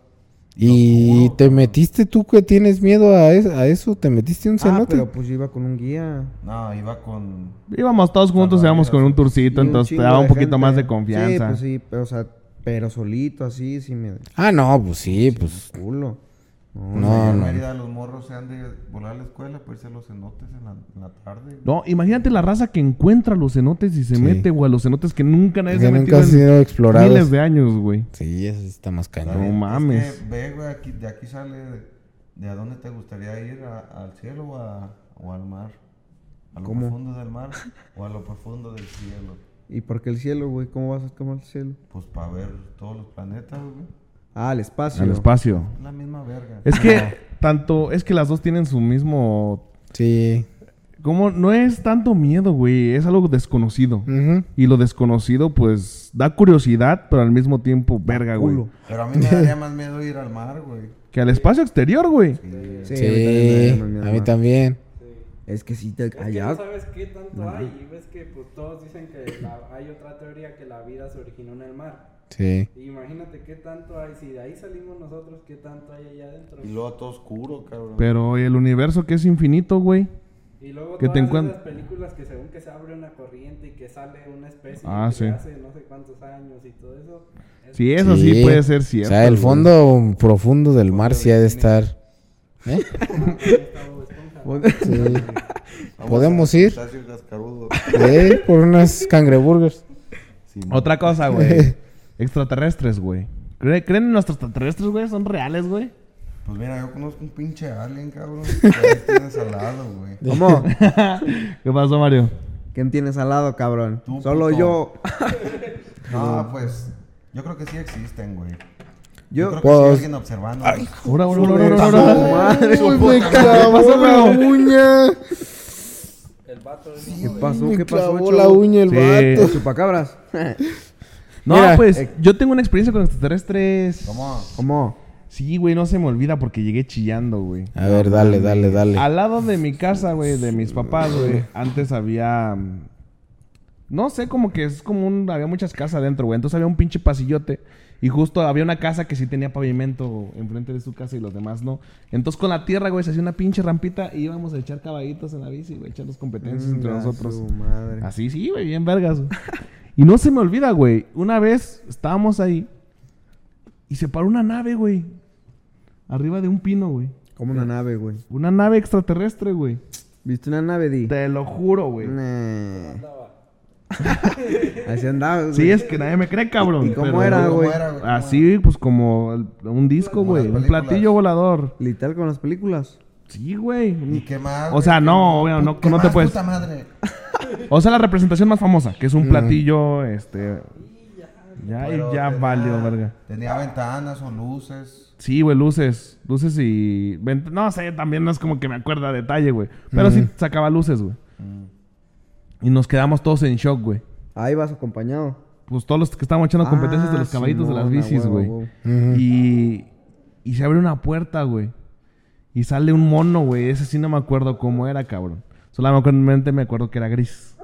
¿Y oscuro, te cabrón. metiste tú que tienes miedo a es- a eso? ¿Te metiste en un Ah, cenote? pero pues yo iba con un guía. No, iba con... Íbamos todos juntos, íbamos con un turcito, Y un entonces te chingo daba un de poquito gente. más de confianza. Sí, pues sí, pero o sea, Pero solito, así, sí me... Ah, no, pues sí, pues. Culo. pues, No, No, en no. Mérida los morros se han de volar a la escuela para irse a los cenotes en la, en la tarde. güey. No, imagínate la raza que encuentra los cenotes y se Sí. mete, güey, a los cenotes que nunca nadie se Que ha nunca metido han sido en explorados. miles de años, güey. Sí, eso sí está más Está No cañón. bien, es mames. que ve, güey, aquí, de aquí sale de, de a dónde te gustaría ir, a- al cielo o, a- o al mar. A lo profundo del mar o a lo profundo del cielo. ¿Y por qué el cielo, güey? ¿Cómo vas a tomar el cielo? Pues para ver todos los planetas, güey. Ah, el espacio. Al espacio. Es La misma verga. Es que tanto, es que las dos tienen su mismo... Sí. Como no es tanto miedo, güey, es algo desconocido. Ujú. Y lo desconocido, pues, da curiosidad, pero al mismo tiempo, verga, güey. Pero a mí me daría más miedo ir al mar, güey. Que al espacio exterior, güey. Sí, Sí, a mí también me da miedo, a mí ma. también. Es que sí, te... Es que no allá... sabes qué tanto hay y ves que pues todos dicen que la- hay otra teoría que la vida se originó en el mar. Sí. Imagínate qué tanto hay, si de ahí salimos nosotros, qué tanto hay allá adentro. Y luego todo oscuro, cabrón. Pero el universo que es infinito, güey. Y luego Que te todas encuent- esas películas que según que se abre una corriente y que sale una especie Ah, que sí. hace no sé cuántos años y todo eso. es- Sí, eso sí, puede ser cierto. O sea, el güey. fondo profundo del mar sí ha de estar. ¿Eh? está Bob Esponja. Sí. Vamos ¿Podemos a- ir? Pistacio cascarudo. Eh, Por unas cangreburgers. Sí, Otra cosa, güey. extraterrestres, güey. ¿Cre- ¿Creen en los extraterrestres, güey? ¿Son reales, güey? Pues mira, yo conozco un pinche alien, cabrón. que ahí tienes al lado, güey. ¿Cómo? ¿Qué pasó, Mario? ¿Quién tienes al lado, cabrón? Tú, Solo puto. yo. No, pues. Yo creo que sí existen, güey. Yo... Yo, creo que Pues- sí hay alguien observando. güey. Ahora, ahora, ahora, ahora, ahora, ahora. madre! me clavó la uña. ¿Qué pasó? Me ¿Qué pasó, clavó chavo? la uña el Sí. vato. Chupacabras. No, Mira, pues, yo tengo una experiencia con extraterrestres. ¿Cómo? ¿Cómo? Sí, güey, no se me olvida porque llegué chillando, güey. A ver, dale, dale, dale. Al lado de mi casa, güey, de mis papás, güey, antes había... mm, No sé, como que es como un... Había muchas casas adentro, güey. Entonces había un pinche pasillote. Y justo había una casa que sí tenía pavimento enfrente de su casa y los demás no. Entonces con la tierra, güey, se hacía una pinche rampita y íbamos a echar caballitos en la bici, güey, echarnos competencias entre Venga, nosotros. su madre. Así sí, güey, bien vergas. güey. y no se me olvida, güey. Una vez estábamos ahí y se paró una nave, güey. Arriba de un pino, güey. Como una nave, güey. Una nave extraterrestre, güey. ¿Viste una nave, Di? Te lo juro, güey. Nah. Así andaba, güey. Sí, es que nadie me cree, cabrón. ¿Y cómo pero- era, ¿Cómo güey? era, güey? ¿Cómo era? Así, pues como el- un disco, Como las güey. Un películas. platillo volador. Literal con las películas. Sí, güey. ¿Y qué más? O sea, no, obvio, no, ¿Qué no te más, puedes. puta madre? O sea, la representación más famosa, que es Mm. un platillo, este. Ya, Pero eh, ah. ya tenía- valió, verga. Tenía ventanas o luces. Sí, güey, luces. Luces y. vent- No sé, también no es como que me acuerda a detalle, güey. Pero Mm. sí sacaba luces, güey. Mm. Y nos quedamos todos en shock, güey. Ahí vas acompañado. Pues todos los que estábamos echando competencias de Ah, los caballitos de las Simón, a bicis, huevo, güey. a huevo. Y, y se abre una puerta, güey. Y sale un mono, güey. Ese sí no me acuerdo cómo era, cabrón. Solamente me acuerdo que era gris.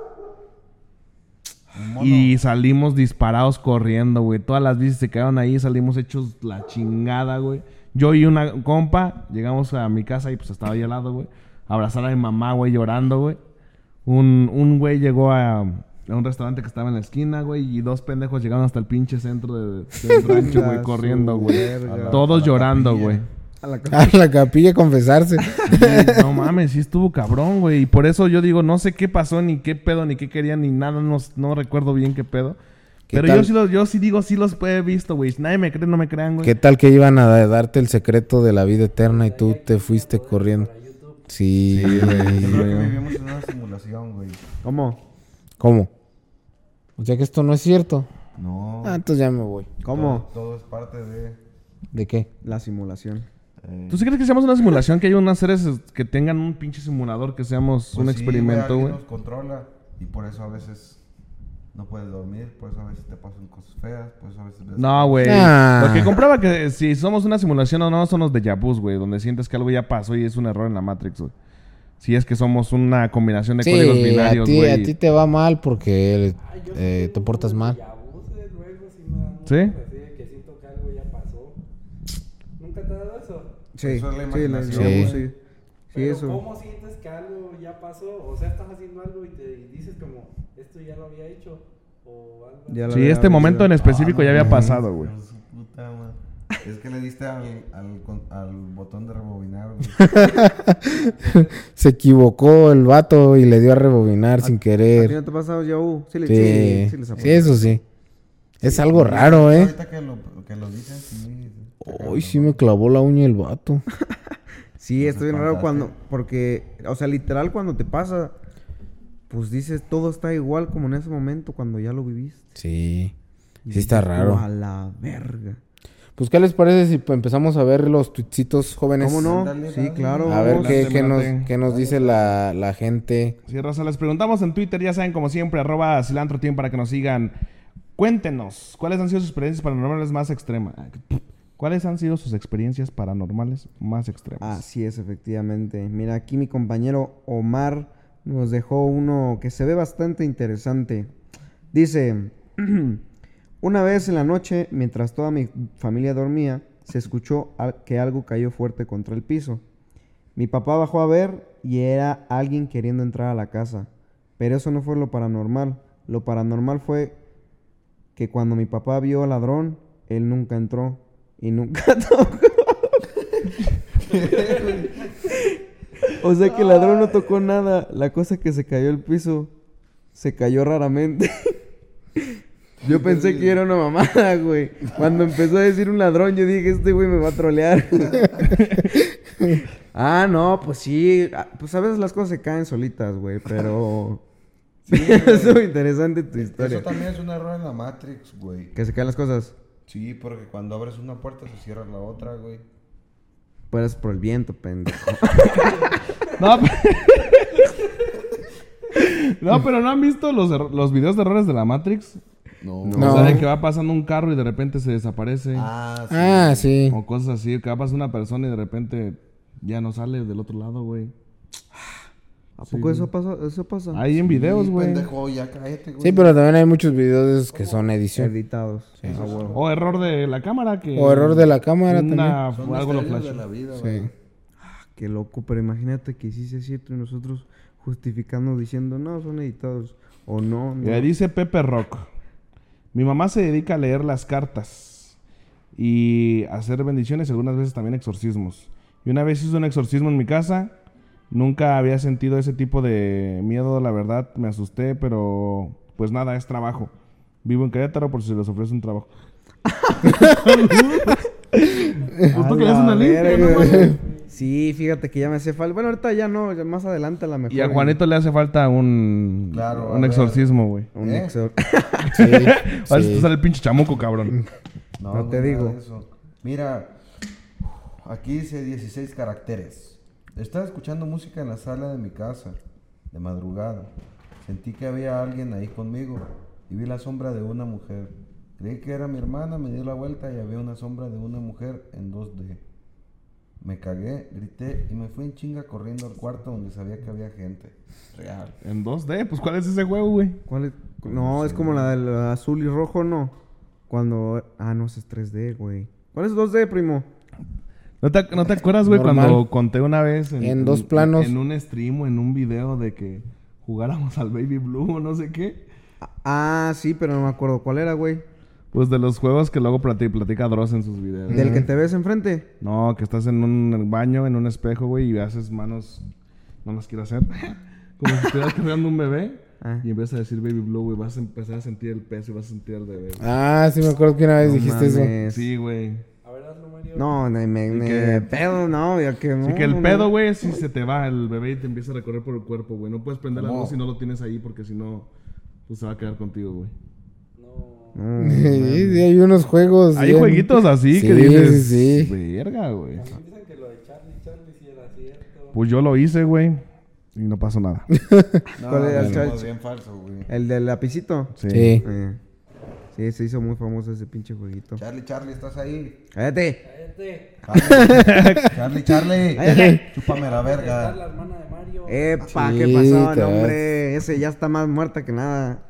Un mono. Y salimos disparados corriendo, güey. Todas las bicis se quedaron ahí. Salimos hechos la chingada, güey. Yo y una compa llegamos a mi casa y pues estaba ahí al lado, güey. Abrazar a mi mamá, güey, llorando, güey. Un, un güey llegó a, a un restaurante que estaba en la esquina, güey. Y dos pendejos llegaron hasta el pinche centro de, del rancho, güey, Su corriendo, güey. verga. Todos la llorando, capilla. güey. A la ca- A la capilla a confesarse. Sí, no mames, sí estuvo cabrón, güey. Y por eso yo digo, no sé qué pasó, ni qué pedo, ni qué querían, ni nada. No, no recuerdo bien qué pedo. ¿Qué Pero tal? yo sí, los, yo sí digo, sí los he visto, güey. Si Nadie me cree, no me crean, güey. ¿Qué tal que iban a da- darte el secreto de la vida eterna y tú te fuiste corriendo? Sí, Yo creo güey. que vivimos en una simulación, güey. ¿Cómo? ¿Cómo? O sea que esto no es cierto. No. Ah, entonces ya me voy. ¿Cómo? Todo, todo es parte de. ¿De qué? La simulación. eh, ¿Tú sí crees que seamos una simulación? Que hay unas seres eh, que tengan un pinche simulador, que seamos pues un sí, experimento, alguien güey. nos controla y por eso a veces no puedes dormir, por eso a veces te pasan cosas feas, por eso a veces. ves- No, güey. Ah. Lo que comprueba que si somos una simulación o no son los de Yabus, güey. Donde sientes que algo ya pasó y es un error en la Matrix, güey. Si es que somos una combinación de códigos Sí, a binarios, ti, güey. a ti te va mal porque eh, te portas mal. Abuse, luego sí me dan ¿Sí? muchas así de que siento que algo ya pasó. ¿Nunca te ha dado eso? Sí, Eso es la sí, la imaginación, sí. güey. sí. Sí, Pero eso. ¿Cómo sientes que algo ya pasó? O sea, estás haciendo algo y te y dices como, esto ya lo había hecho. o algo Ya lo Sí, había este momento en visto. específico Ah, ya no había mames, pasado, güey. pero su puta madre. Es que le diste al, al, con- al botón de rebobinar, güey. Se equivocó el vato y le dio a rebobinar sin ¿A ti querer. no te ha pasado ya, uh? Eh, Sí, le- sí, Sí, sí les ha sí, eso sí. Es algo raro, ¿eh? Oh. Ahorita que lo, que lo dicen, sí. Hoy sí me clavó la uña el vato. Sí, Pues está bien raro espantaste. cuando, porque, o sea, literal cuando te pasa, pues dices, todo está igual como en ese momento cuando ya lo viviste. Sí. Y Sí está dices tú, A raro. la verga. Pues, ¿qué les parece si pues, empezamos a ver los tuitsitos jóvenes? ¿Cómo no? Pues Ándale, sí, dale. claro. A ver qué, Adelante, qué nos, adelante. qué nos dice la, la gente. Sí, Raza, les preguntamos en Twitter, ya saben, como siempre, arroba cilantro team para que nos sigan. Cuéntenos, ¿cuáles han sido sus experiencias paranormales más extremas? ¿Cuáles han sido sus experiencias paranormales más extremas? Ah. Así es, efectivamente. Mira, aquí mi compañero Omar nos dejó uno que se ve bastante interesante. Dice, una vez en la noche, mientras toda mi familia dormía, se escuchó al- que algo cayó fuerte contra el piso. Mi papá bajó a ver y era alguien queriendo entrar a la casa. Pero eso no fue lo paranormal. Lo paranormal fue que cuando mi papá vio al ladrón, él nunca entró y nunca tocó. o sea que el ladrón no tocó nada. La cosa es que se cayó el piso, se cayó raramente. Yo pensé que era una mamada, güey. Cuando empezó a decir un ladrón, yo dije, este güey me va a trolear. ah, no, pues sí. Ah, Pues a veces las cosas se caen solitas, güey, pero... es muy interesante tu historia. Eso también es un error en la Matrix, güey. Que se caen las cosas. Sí, porque cuando abres una puerta se cierra la otra, güey. Pero es por el viento, pendejo. No, pe- No, pero ¿no han visto los, er- los videos de errores de la Matrix? No. O No. sea, de que va pasando un carro y de repente se desaparece. Ah, sí. Ah, sí. O cosas así, que va pasando una persona y de repente ya no sale del otro lado, güey. ¿A poco eso pasa? Eso pasa. Ahí en videos, Sí, güey. Pendejo, ya cállate, güey. Sí, pero también hay muchos videos de esos que son edición. Editados. Ah, huevo. O error de la cámara que... O error de la cámara una- Son Algo lo misterios flash. de la vida, güey. también. Sí. Ah, Qué loco, pero imagínate que sí sea cierto y nosotros justificando diciendo, no, son editados. O no. no. Mira, dice Pepe Rock. Mi mamá se dedica a leer las cartas y a hacer bendiciones y algunas veces también exorcismos. Y una vez hizo un exorcismo en mi casa. Nunca había sentido ese tipo de miedo, la verdad. Me asusté, pero pues nada, es trabajo. Vivo en Querétaro por si se les ofrece un trabajo. A tú querías la una limpia, verga, ¿no, güey. Sí, fíjate que ya me hacía falta. Bueno, ahorita ya no, ya más adelante a la mejor. Y a Juanito le hace falta un, Claro, a un ver. exorcismo, güey. Un ¿Eh? exor- Sí, A ver si te sí. sale el pinche chamuco, cabrón. No güey, te nada digo. de eso. Mira, aquí dice 16 caracteres. Estaba escuchando música en la sala de mi casa, de madrugada. Sentí que había alguien ahí conmigo y vi la sombra de una mujer. Creí que era mi hermana, me di la vuelta y había una sombra de una mujer en 2D. Me cagué, grité y me fui en chinga corriendo al cuarto donde sabía que había gente. Real. En 2D, pues ¿cuál es ese juego, güey? ¿Cuál es? No, es como la del azul y rojo, no. Cuando. Ah, no, ese es 3D, güey. ¿Cuál es 2D, primo? ¿No te, no te acuerdas, güey, Normal. cuando conté una vez En dos planos. En, un stream o en un video de que jugáramos al Baby Blue o no sé qué? Ah, sí, pero no me acuerdo cuál era, güey. Pues de los juegos que luego platica, platica Dross en sus videos. Del que te ves enfrente. No, que estás en un baño, en un espejo, güey, y haces manos. No las quiero hacer. Como si estuvieras cargando un bebé. Ah. Y empiezas a decir Baby Blue, güey, vas a empezar a sentir el peso y vas a sentir el bebé. güey. Ah, sí, me acuerdo que una vez dijiste eso. mames. Sí, güey. A ver, hazlo, Mario. No, me, me, me- que- pedo, no, ya que no. Así que el no, pedo, no. güey, si se te va el bebé y te empieza a recorrer por el cuerpo, güey. No puedes prender la ¿Cómo? luz si no lo tienes ahí porque si no, pues se va a quedar contigo, güey. No. Ah, No. Sí, sí, hay unos Hay juegos. Pues bien- jueguitos así que Sí, dices, sí, sí. verga, güey. También dicen que lo de Charlie, Charlie sí era cierto. Pues yo lo hice, güey, y no pasó nada. No, ¿Cuál era el es chal- bien falso, güey. El del lapicito. Sí. Sí. Eh, Sí, se hizo muy famoso ese pinche jueguito. Charlie, Charlie, ¿estás ahí? Cállate. Cállate. Charlie, Charlie, Charlie. Chúpame la Está la verga. hermana de Mario. Epa, Sí, ¿qué pasó? te No, hombre, ese ya está más muerta que nada.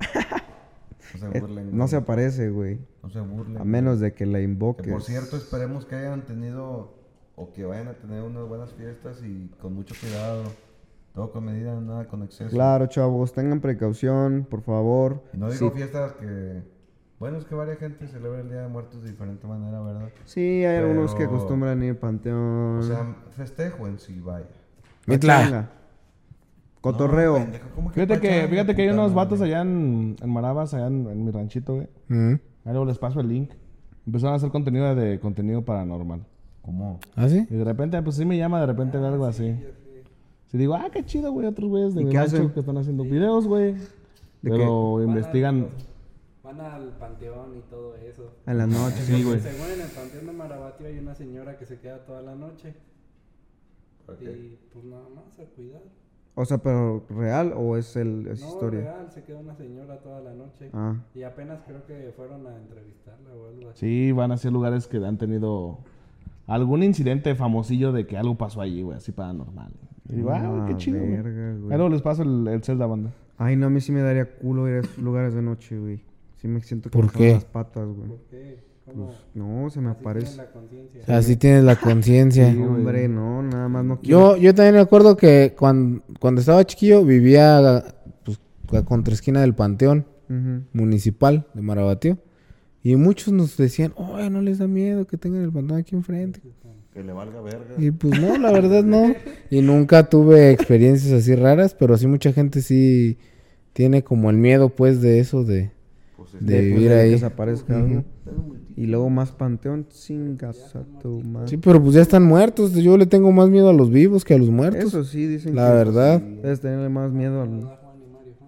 No se burlen. No se güey. aparece, güey. No se burlen. A menos de que la Que, invoques. por cierto, esperemos que hayan tenido o que vayan a tener unas buenas fiestas y con mucho cuidado. Todo con medida, nada con exceso. Claro, chavos, tengan precaución, por favor. Y no digo Sí. fiestas que... Bueno, es que varias gente celebra el Día de Muertos de diferente manera, ¿verdad? Sí, hay algunos que Pero- acostumbran ir al panteón. O sea, festejo en sí, vaya. Mitla. Pachanga. Cotorreo. No, pendejo, ¿cómo Fíjate que, pachanga, fíjate que hay puta unos madre? vatos allá en, en Marabas, allá en, en mi ranchito, güey. Ujú. Ahí luego les paso el link. Empezaron a hacer contenido de contenido paranormal. ¿Cómo? ¿Ah, sí? Y de repente, pues sí me llama de repente algo Ah, así. Sí digo, ah, qué chido, güey, otros güeyes de ¿Y mi qué hacen? rancho que están haciendo videos, güey. Pero investigan. Van al panteón y todo eso. A la noche. Sí, güey. Según en el panteón de Marabatio hay una señora que se queda toda la noche. Y pues nada más a cuidar. O sea, pero real o es, el, es no, historia. real, se queda una señora toda la noche. Ah. Y apenas creo que fueron a entrevistarla o algo así. Sí, van hacia lugares que han tenido algún incidente famosillo de que algo pasó allí, güey, así paranormal. Y digo, ah, güey, Ah, qué chido, güey. verga, güey. Ahí luego les paso el, el Zelda, banda. Ay, no, a mí sí me daría culo ir a esos lugares de noche, güey. Sí me siento que ¿Por me jalan qué? las patas, güey. ¿Por qué? ¿Cómo? No, se me Así tienen Pues, aparece. la conciencia. Así tienes la conciencia. Hombre, no, nada más no quiero. Yo, yo también me acuerdo que cuando, cuando estaba chiquillo vivía pues, a contraesquina del Panteón Ujú. Municipal de Marabatío. Y muchos nos decían, oye, no les da miedo que tengan el panteón aquí enfrente. Que le valga verga. Y pues no, la verdad no. Y nunca tuve experiencias así raras, pero sí mucha gente sí tiene como el miedo pues de eso de, Pues, de Después vivir de que ahí. desaparezca algo. Y luego más panteón sin casa, tu madre. Sí, pero pues ya están muertos. Yo le tengo más miedo a los vivos que a los muertos. Eso sí, dicen La que verdad. debes tenerle más miedo al...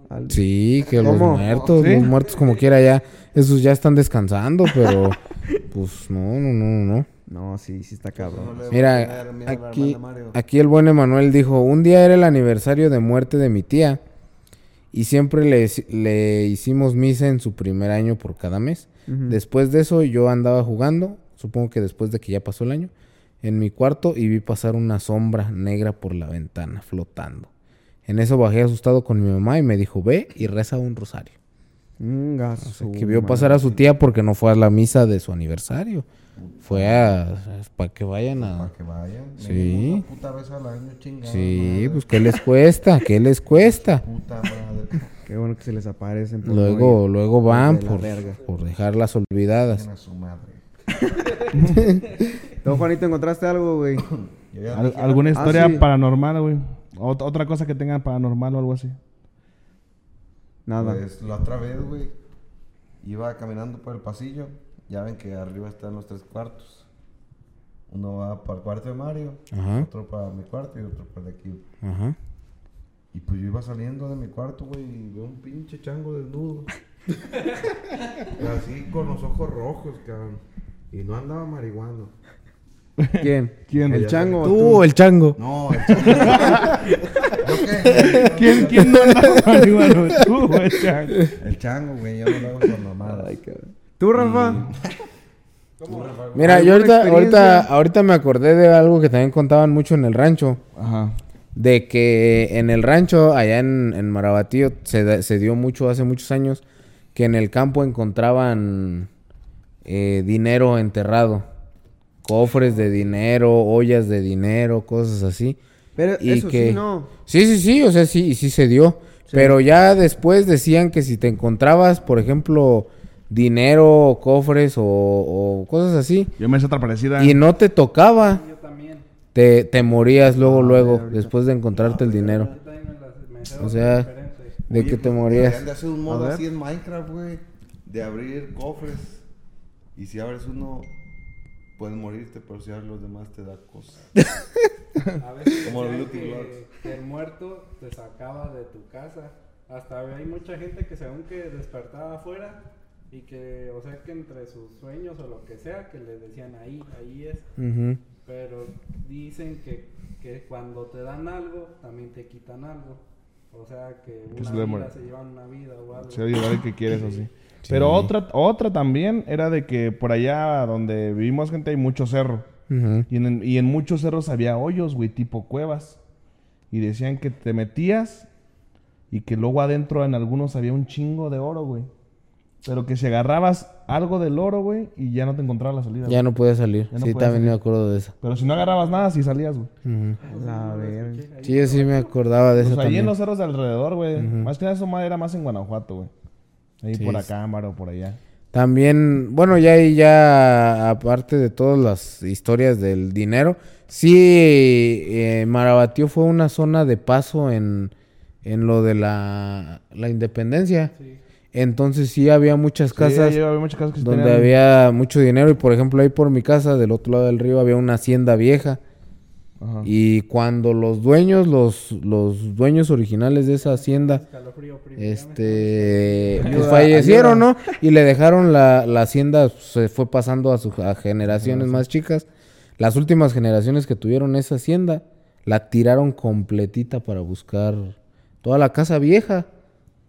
al- Sí, que ¿Cómo? los muertos, ¿Sí? los muertos como quiera ya, esos ya están descansando, pero pues no, no, no, no. No, sí, sí está No cabrón. le va a Mira, tener miedo a la aquí, hermana Mario. aquí el buen Emanuel dijo, un día era el aniversario de muerte de mi tía y siempre le, hici- le hicimos misa en su primer año por cada mes. Después de eso yo andaba jugando, supongo que después de que ya pasó el año, en mi cuarto y vi pasar una sombra negra por la ventana flotando. En eso bajé asustado con mi mamá y me dijo, ve y reza un rosario. Venga, su que vio madre. pasar a su tía porque no fue a la misa de su aniversario. Fue a... para que vayan a... Para que vayan. Sí. mínimo Una puta vez al año, chingada. Sí, madre, pues ¿qué les cuesta? ¿Qué les cuesta? Puta madre. Qué bueno que se les aparecen. pues, Luego, luego van de la por, verga. por dejarlas olvidadas. Tienen a su madre. güey. Don Juanito, ¿encontraste algo, güey? Yo ya Al- dije, ¿Alguna Ah, historia sí. paranormal, güey? Ot- otra cosa que tengan paranormal o algo así. Nada. Pues la otra vez, güey, iba caminando por el pasillo. Ya ven que arriba están los tres cuartos. Uno va para el cuarto de Mario, Ajá. otro para mi cuarto y otro para el de aquí. Ajá. Y pues yo iba saliendo de mi cuarto, güey, y veo un pinche chango desnudo. Así con los ojos rojos, cabrón. Y no andaba marihuano. Pues, ¿Quién? ¿Quién? ¿El chango o Tú, tú? el chango. No, el chango. ¿Yo qué? ¿Quién, quién no Bueno, tú, güey, chango. El chango, güey, yo no lo hago con mamadas. ¿Tú, Rafa? Mira, ¿Alguna yo ahorita, experiencia? ahorita, ahorita me acordé de algo que también contaban mucho en el rancho. Ajá. De que en el rancho, allá en, en Marabatío, se, da- se dio mucho hace muchos años que en el campo encontraban eh, dinero enterrado. Cofres de dinero, ollas de dinero, cosas así. Pero y eso que- sí, no. Sí, sí, sí, o sea, sí, sí se dio. Pero ya después decían que si te encontrabas, por ejemplo, dinero, cofres o, o cosas así, Yo me hice otra parecida. y no te tocaba, Yo también. te, te morías Ah, luego, luego, después de encontrarte el dinero. Yo también me las me O sea, diferente. de Oye, que te pues, morías. deberían de hacer un A modo ver. así en Minecraft, güey. De abrir cofres. Y si abres uno, puedes morirte, pero si abres los demás te da cosas. A veces Como decían Beauty que, Blocks. que el muerto te sacaba de tu casa. Hasta hay mucha gente que según que despertaba afuera y que, o sea, que entre sus sueños o lo que sea, que le decían ahí, ahí es. pues, Ujú. Pero dicen que, que cuando te dan algo, también te quitan algo. O sea, que Que se una le vida, muere. se llevan una vida o algo. Se va a llevar el que quieres así. Pero otra, otra también era de que por allá donde vivimos gente hay mucho cerro. Ujú. Y en, y en muchos cerros había hoyos, güey, tipo cuevas. Y decían que te metías y que luego adentro en algunos había un chingo de oro, güey. Pero que si agarrabas algo del oro, güey, y ya no te encontraba la salida. Ya no podía salir. Ya no sí, podía también me acuerdo de eso. Pero si no agarrabas nada, sí salías, güey. Ujú. La verga. Sí, yo sí me acordaba de Pues eso ahí en también. los cerros de alrededor, güey. Más que nada, eso más- era más en Guanajuato, güey. Ahí por acá, Maro, por allá. También, bueno, ya ahí ya aparte de todas las historias del dinero, sí, eh, Marabatío fue una zona de paso en, en lo de la, la independencia. Entonces sí había muchas casas Sí, ahí había muchas casas que sí donde tenían- había mucho dinero y por ejemplo ahí por mi casa del otro lado del río había una hacienda vieja Ajá. y cuando los dueños los los dueños originales de esa hacienda Escalofrío, primo. este pues, Ayuda, fallecieron no y le dejaron la, la hacienda se fue pasando a sus a generaciones más chicas las últimas generaciones que tuvieron esa hacienda la tiraron completita para buscar toda la casa vieja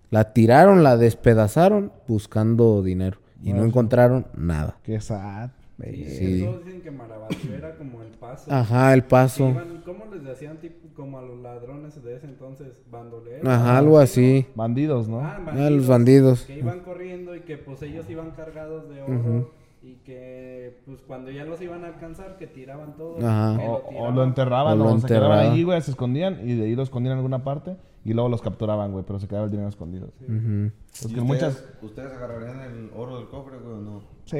la tiraron la despedazaron buscando dinero y no encontraron nada Qué sad. Sí, es Sí. Ah, que todos dicen que Marabatío era como el paso. ajá el Que paso iban- ¿Cómo les decían tipo, como a los ladrones de ese entonces? Bandoleros. ajá algo así Bandidos, ¿no? Ah, Ah, los bandidos Que iban corriendo y que pues ellos iban cargados de oro y que pues cuando ya los iban a alcanzar que tiraban todo. Ajá. que o, o tiraban. lo enterraban, O o, lo se quedaban enterraban. ahí, güey, se escondían y de ahí lo escondían en alguna parte y luego los capturaban, güey, pero se quedaba el dinero escondido. Mm. Porque ¿Y ustedes, muchas. ¿Ustedes agarrarían el oro del cofre, güey, o no? Sí.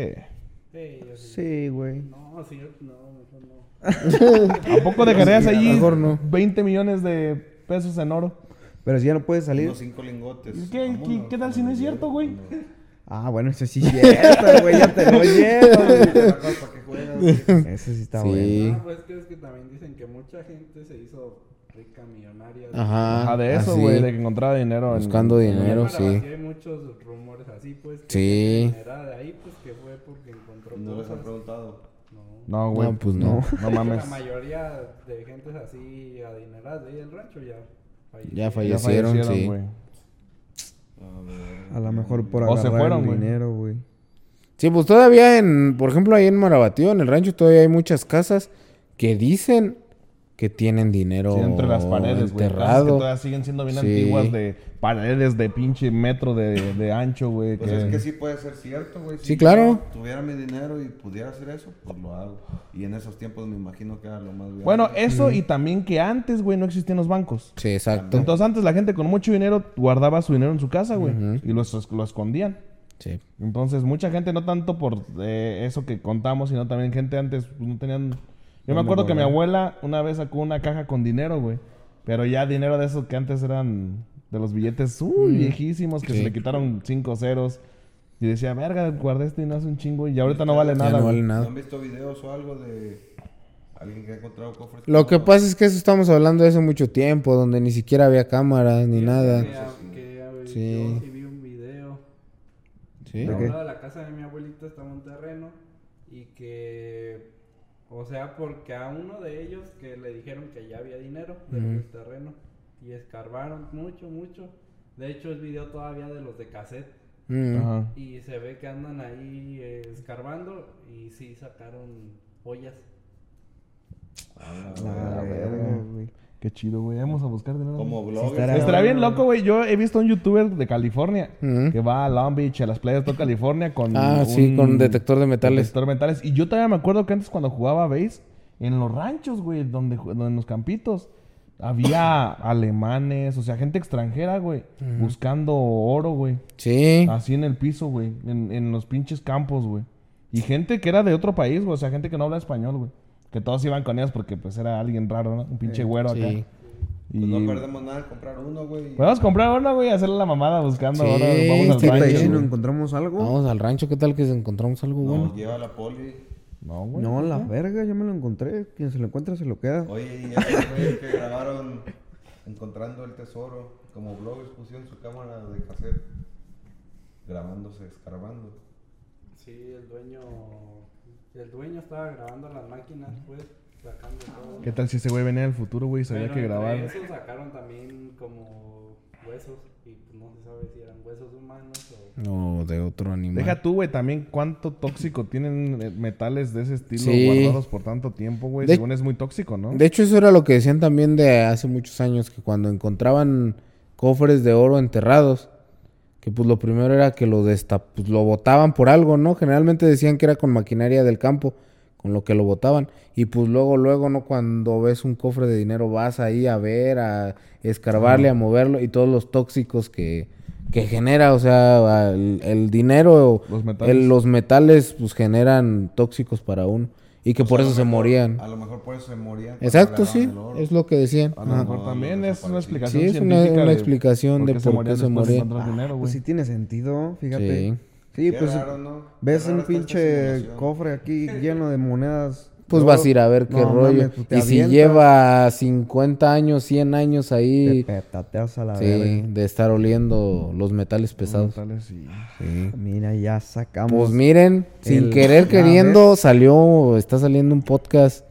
Sí, yo sí. Sí, güey. No, sí, yo- no, mejor no. ¿A poco dejarías allí mejor no. 20 millones de pesos en oro? Pero si ya no puedes salir. Unos cinco lingotes. ¿Y qué- Vámonos, qué- qué tal si no es cierto, güey? Ah, bueno, eso sí es cierto, güey. Ya te lo llevo. ¿Para qué juegas, güey? Eso sí está bueno. sí No, pues que es que también dicen que mucha gente se hizo rica, millonaria. ajá Ah, de eso, así. güey, de que encontraba dinero. en- buscando dinero Para sí Bajío Hay muchos rumores así, pues. que Sí. Era de ahí, pues que fue porque encontró No les cosas. han preguntado. No. No, güey. no pues no No De hecho, mames. La mayoría de gentes así adineradas de ahí del rancho ya fallecieron. ya Ya fallecieron, sí güey. A lo mejor por O se agarrar fueron, el güey. dinero, güey. Sí, pues todavía en, por ejemplo, ahí en Marabatío, en el rancho, todavía hay muchas casas que dicen que tienen dinero Sí, entre las paredes, güey. Casas Que enterrado. todavía siguen siendo bien Sí. antiguas de paredes de pinche metro de, de ancho, güey. Pues que- es que sí puede ser cierto, güey. Sí, claro. yo tuviera mi dinero y pudiera hacer eso, pues lo hago. Y en esos tiempos me imagino que era lo más viable. Bueno, eh, eso y también que antes, güey, no existían los bancos. Sí, exacto. Entonces antes la gente con mucho dinero guardaba su dinero en su casa, güey. Y lo, es- lo escondían. Sí. Entonces mucha gente, no tanto por eh, eso que contamos, sino también gente antes pues, no tenían... Yo me acuerdo que mi abuela una vez sacó una caja con dinero, güey. Pero ya dinero de esos que antes eran de los billetes uy, viejísimos, que se Sí. le quitaron cinco ceros. Y decía, verga, guardé este dinero hace un chingo y ahorita no vale Ya nada. no güey". vale ¿No han nada. visto videos o algo de alguien que ha encontrado cofres? Lo que con pasa es que eso estamos hablando de hace mucho tiempo, donde ni siquiera había cámaras ni nada. Que, que, Sí. Yo sí vi un video. Sí. ¿De A qué? un lado de la casa de mi abuelita estaba un terreno y que... O sea, porque a uno de ellos que le dijeron que ya había dinero del terreno y escarbaron mucho, mucho. De hecho, el video todavía de los de cassette. Mm. Ajá. Y se ve que andan ahí eh, escarbando y sí sacaron ollas. Ah, La verga, güey. Qué chido, güey. Vamos a buscar dinero. Como bloggers. estará- Estará bien loco, güey. Yo he visto a un youtuber de California Ujú. que va a Long Beach, a las playas de toda California con. Ah, sí, con detector de metales. Detector de metales. Y yo todavía me acuerdo que antes cuando jugaba base, en los ranchos, güey, donde, ju- donde en los campitos, había alemanes, o sea, gente extranjera, güey, buscando oro, güey. Sí. Así en el piso, güey. En, en los pinches campos, güey. Y gente que era de otro país, güey. O sea, gente que no habla español, güey. Que todos iban con ellos porque, pues, era alguien raro, ¿no? Un pinche güero acá. sí. Y... Pues no perdemos nada en comprar uno, güey. Podemos comprar uno, güey, y hacerle la mamada buscando Sí, oro. Vamos sí, al Puta, ¿y rancho, si no güey. encontramos algo? Vamos al rancho, ¿qué tal que se encontramos algo Nos bueno? lleva la poli. No, güey. No, la verga, yo me lo encontré. Quien se lo encuentra se lo queda. Oye, y esos güeyes que grabaron encontrando el tesoro, como bloggers pusieron su cámara de cassette, grabándose, escarbando. Sí, el dueño... El dueño estaba grabando las máquinas, pues, sacando todo. ¿Qué tal si ese güey venía del futuro, güey? y Sabía Pero que entre grabar. esos sacaron también como huesos y pues, no se sabe si eran huesos humanos o... O de otro animal. Deja tú, güey, también cuánto tóxico tienen eh, metales de ese estilo Sí. guardados por tanto tiempo, güey. De- Según es muy tóxico, ¿no? De hecho, eso era lo que decían también de hace muchos años, que cuando encontraban cofres de oro enterrados, que pues lo primero era que lo destap pues, lo botaban por algo, ¿no? Generalmente decían que era con maquinaria del campo, con lo que lo botaban. Y pues luego, luego, ¿no? Cuando ves un cofre de dinero vas ahí a ver, a escarbarle, a moverlo y todos los tóxicos que, que genera, o sea, el, el dinero, Los el- metales. los metales pues generan tóxicos para uno y que por O sea, eso a lo se mejor- morían. A lo mejor por eso se morían. cuando Exacto, agarraban sí, el oro. es lo que decían. Ah, A lo Ajá. mejor también es una explicación Sí, es una- científica una de explicación de por qué morían se después de morían. encontrar dinero, Pues sí güey. tiene sentido, fíjate. Sí. Sí, Qué pues raro, ¿no? ves Qué un raro está esta pinche simulación. cofre aquí lleno de monedas. Pues de vas a oro. ir a ver qué No rollo. mames, pues te y si avientas, lleva 50 años, 100 años Te ahí petateas a la sí, verga. de estar oliendo los metales pesados. Tales y- Mira, ya sacamos. Pues miren, sin El- querer ya queriendo salió, está saliendo un podcast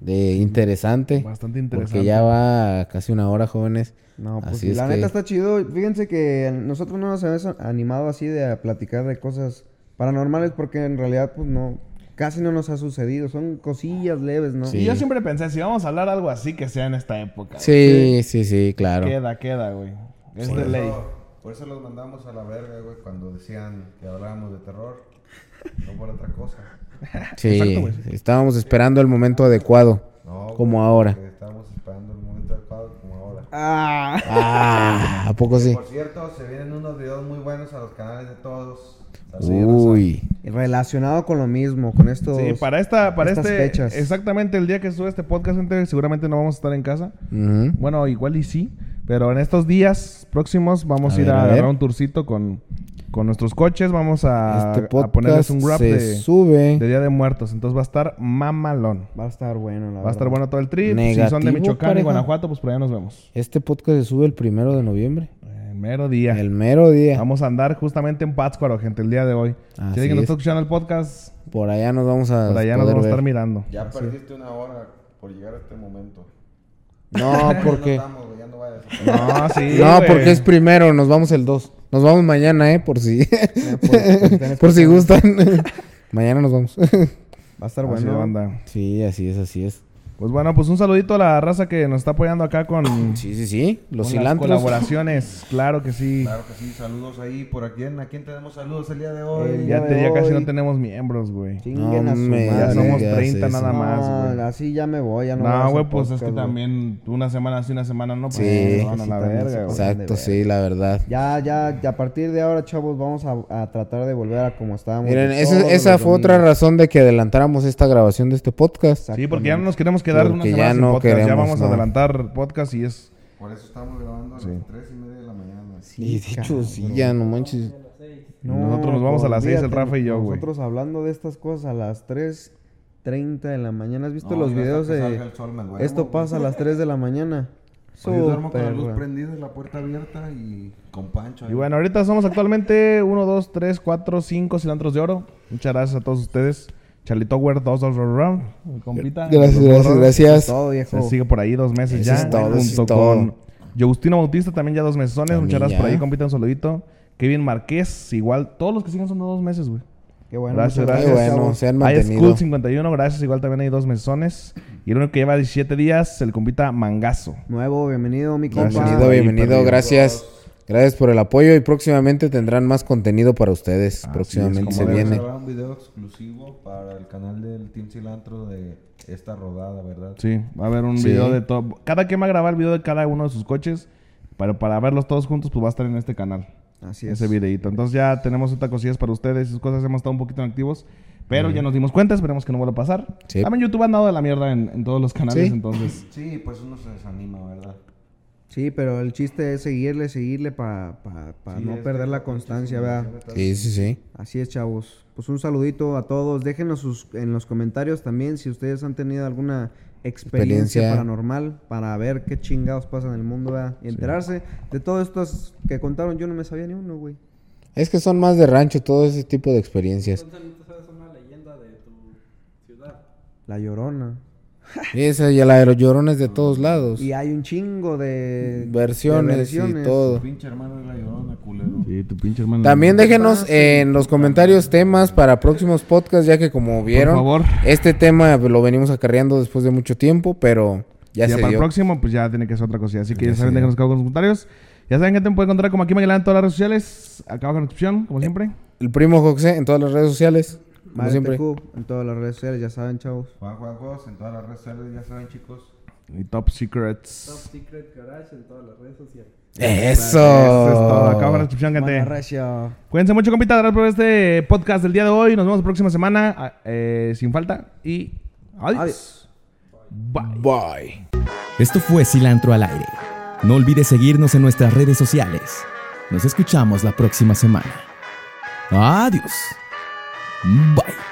de interesante. Bastante interesante. Porque ya va casi una hora, jóvenes. No, pues Así es la que- neta está chido. Fíjense que nosotros no nos hemos animado así de a platicar de cosas paranormales porque en realidad pues no, casi no nos ha sucedido. Son cosillas leves, ¿no? Sí. Y yo siempre pensé, si vamos a hablar algo así, que sea en esta época. Sí, Pues, sí, sí, claro. Queda, queda, güey. Es Por de eso- ley. Por eso los mandamos a la verga, güey, cuando decían que hablábamos de terror. No por otra cosa. Sí, Exacto, güey. estábamos esperando el momento adecuado, No, güey, como ahora. porque Estábamos esperando el momento adecuado como ahora. Ah, Ah, ¿a poco sí? Por cierto, se vienen unos videos muy buenos a los canales de todos. Así, Uy, relacionado con lo mismo, con esto. Sí, para esta, para estas este, fechas. exactamente el día que sube este podcast, gente, seguramente no vamos a estar en casa. ujú. Bueno, igual y sí, pero en estos días próximos vamos A a ir ver, a a ver. agarrar un tourcito con, con nuestros coches, vamos a, este a podcast ponerles un wrap se de, sube. de Día de Muertos, entonces va a estar mamalón. Va a estar bueno, la Va a estar bueno todo el trip. si son de Negativo, Michoacán y pareja. Guanajuato, pues por allá nos vemos. Este podcast se sube el primero de noviembre. El mero día. El mero día. Vamos a andar justamente en Pátzcuaro, gente, el día de hoy. Así si alguien nos es. está escuchando el podcast, Por allá nos vamos a. por allá nos poder vamos a estar ver. mirando. Ya perdiste una hora por llegar a este momento. No, porque. No estamos, güey, ya no vayas. No, sí. No, güey. porque es primero. Nos vamos el 2. Nos vamos mañana, ¿eh? Por si. por- por si gustan. mañana nos vamos. Va a estar Así bueno. anda. sí, así es, así es. Pues bueno, pues un saludito a la raza que nos está apoyando acá con, Sí, sí, sí. Los con las cilantros. colaboraciones. Claro que sí. Claro que sí, saludos ahí. ¿Por a quién? ¿A quién tenemos saludos el día de El hoy? Ya, día te- de ya casi hoy. no tenemos miembros, güey. Chinguen a su me Ya madre. somos digas 30 eso. nada más, No, güey. así ya me voy, ya no. voy a No, hacer güey, pues es que podcast, güey. también una semana sí, una semana no. Pues Sí. no, no, Sí, la también se verga, güey. pasa. Exacto, sí, la verdad. Ya, ya, ya a partir de ahora, chavos, vamos a, a tratar de volver a como estábamos. Miren, de Ah, esa, pues todos esa los fue otra domingos. razón de que adelantáramos esta grabación de este podcast. Sí, porque ya no nos queremos quedar una Porque semana ya sin no podcast. ya queremos, vamos a no. adelantar podcast y es... Por eso estamos grabando a las 3 y media de la mañana. Y dicho, sí, ya no manches. No, Nosotros nos vamos a las seis, el olvídate, Rafa y yo, güey. Nosotros hablando de estas cosas a las 3.30 de la mañana. ¿Has visto No, los yo hasta videos que salga de el sol me duermo, esto güey. pasa a las 3 de la mañana? Pues yo duermo con la luz Superra. prendida, la puerta abierta y con Pancho. ahí. Y bueno, ahorita somos actualmente 1, 2, 3, 4, 5 cilantros de oro. Muchas gracias a todos ustedes. Charlie Tower, 2, 2, round. Compita. Gracias, gracias, gracias. Todo Se viejo. sigue por ahí dos meses Eso ya. es todo, eso es junto todo. con Justino Bautista también ya dos meses. También Muchas gracias por ya. ahí, compita. Un saludito. Kevin Marqués, igual. Todos los que siguen son de dos meses, güey. Qué bueno. Gracias, muchas Qué bueno, chavos. se han mantenido. iSchool 51, gracias. Igual también hay dos mesones. Y el único que lleva 17 días, el compita Mangazo. Nuevo, bienvenido, mi compa. Gracias. Bienvenido, Ahí, bienvenido, perdido. gracias. Gracias por el apoyo y próximamente tendrán más contenido para ustedes. Así próximamente es, se como Vamos debe a viene. grabar un video exclusivo para el canal del Team Cilantro de esta rodada, ¿verdad? Sí, va a haber un Sí. video de todo. Cada quien va a grabar el video de cada uno de sus coches. Pero para verlos todos juntos, pues va a estar en este canal. Así es. ese videito. Entonces ya tenemos estas cosillas para ustedes. Esas cosas hemos estado un poquito inactivos. Pero ya nos dimos cuenta. Esperemos que no vuelva a pasar. Sí. También YouTube ha andado de la mierda en, en todos los canales. Sí. Entonces, Sí, pues uno se desanima, ¿verdad? Sí, pero el chiste es seguirle, seguirle para no perder la constancia, ¿verdad? Sí, sí, sí. Así es, chavos. Pues un saludito a todos. Déjenos sus, en los comentarios también si ustedes han tenido alguna experiencia, Experiencia. paranormal para ver qué chingados pasa en el mundo ¿verdad? y enterarse de todo esto que contaron. Yo no me sabía ni uno, güey. Es que son más de rancho todo ese tipo de experiencias. Entonces no te sabes una leyenda de tu ciudad. La llorona. Y esa y la de los llorones de todos lados. Y hay un chingo de Versiones, de y versiones. todo. Pinche hermano de la llorona, culero. tu pinche hermano. También déjenos en los comentarios temas para próximos podcasts, ya que como vieron, favor. este tema lo venimos acarreando después de mucho tiempo, pero ya Ya se para el dio. próximo, pues ya tiene que ser otra cosilla. Así que ya, Ya se saben, dio. déjenos acá con los comentarios. Ya saben que te puede encontrar como aquí Maguilán en todas las redes sociales. Acaba con la descripción, como siempre. El primo José en todas las redes sociales. Como Mario siempre. TQ, en todas las redes sociales, ya saben, chavos. Juan Juan Gos, en todas las redes sociales, ya saben, chicos. Y Top Secrets. Top Secret Garage en todas las redes sociales. Eso. Eso es todo. Acaba con la descripción, gente. Mamarracho. Cuídense mucho, compita. Gracias por este podcast del día de hoy. Nos vemos la próxima semana. ah, eh, sin falta. Y adiós. Adiós. Bye. Bye. Esto fue Cilantro al Aire. No olvides seguirnos en nuestras redes sociales. Nos escuchamos la próxima semana. Adiós. Bye.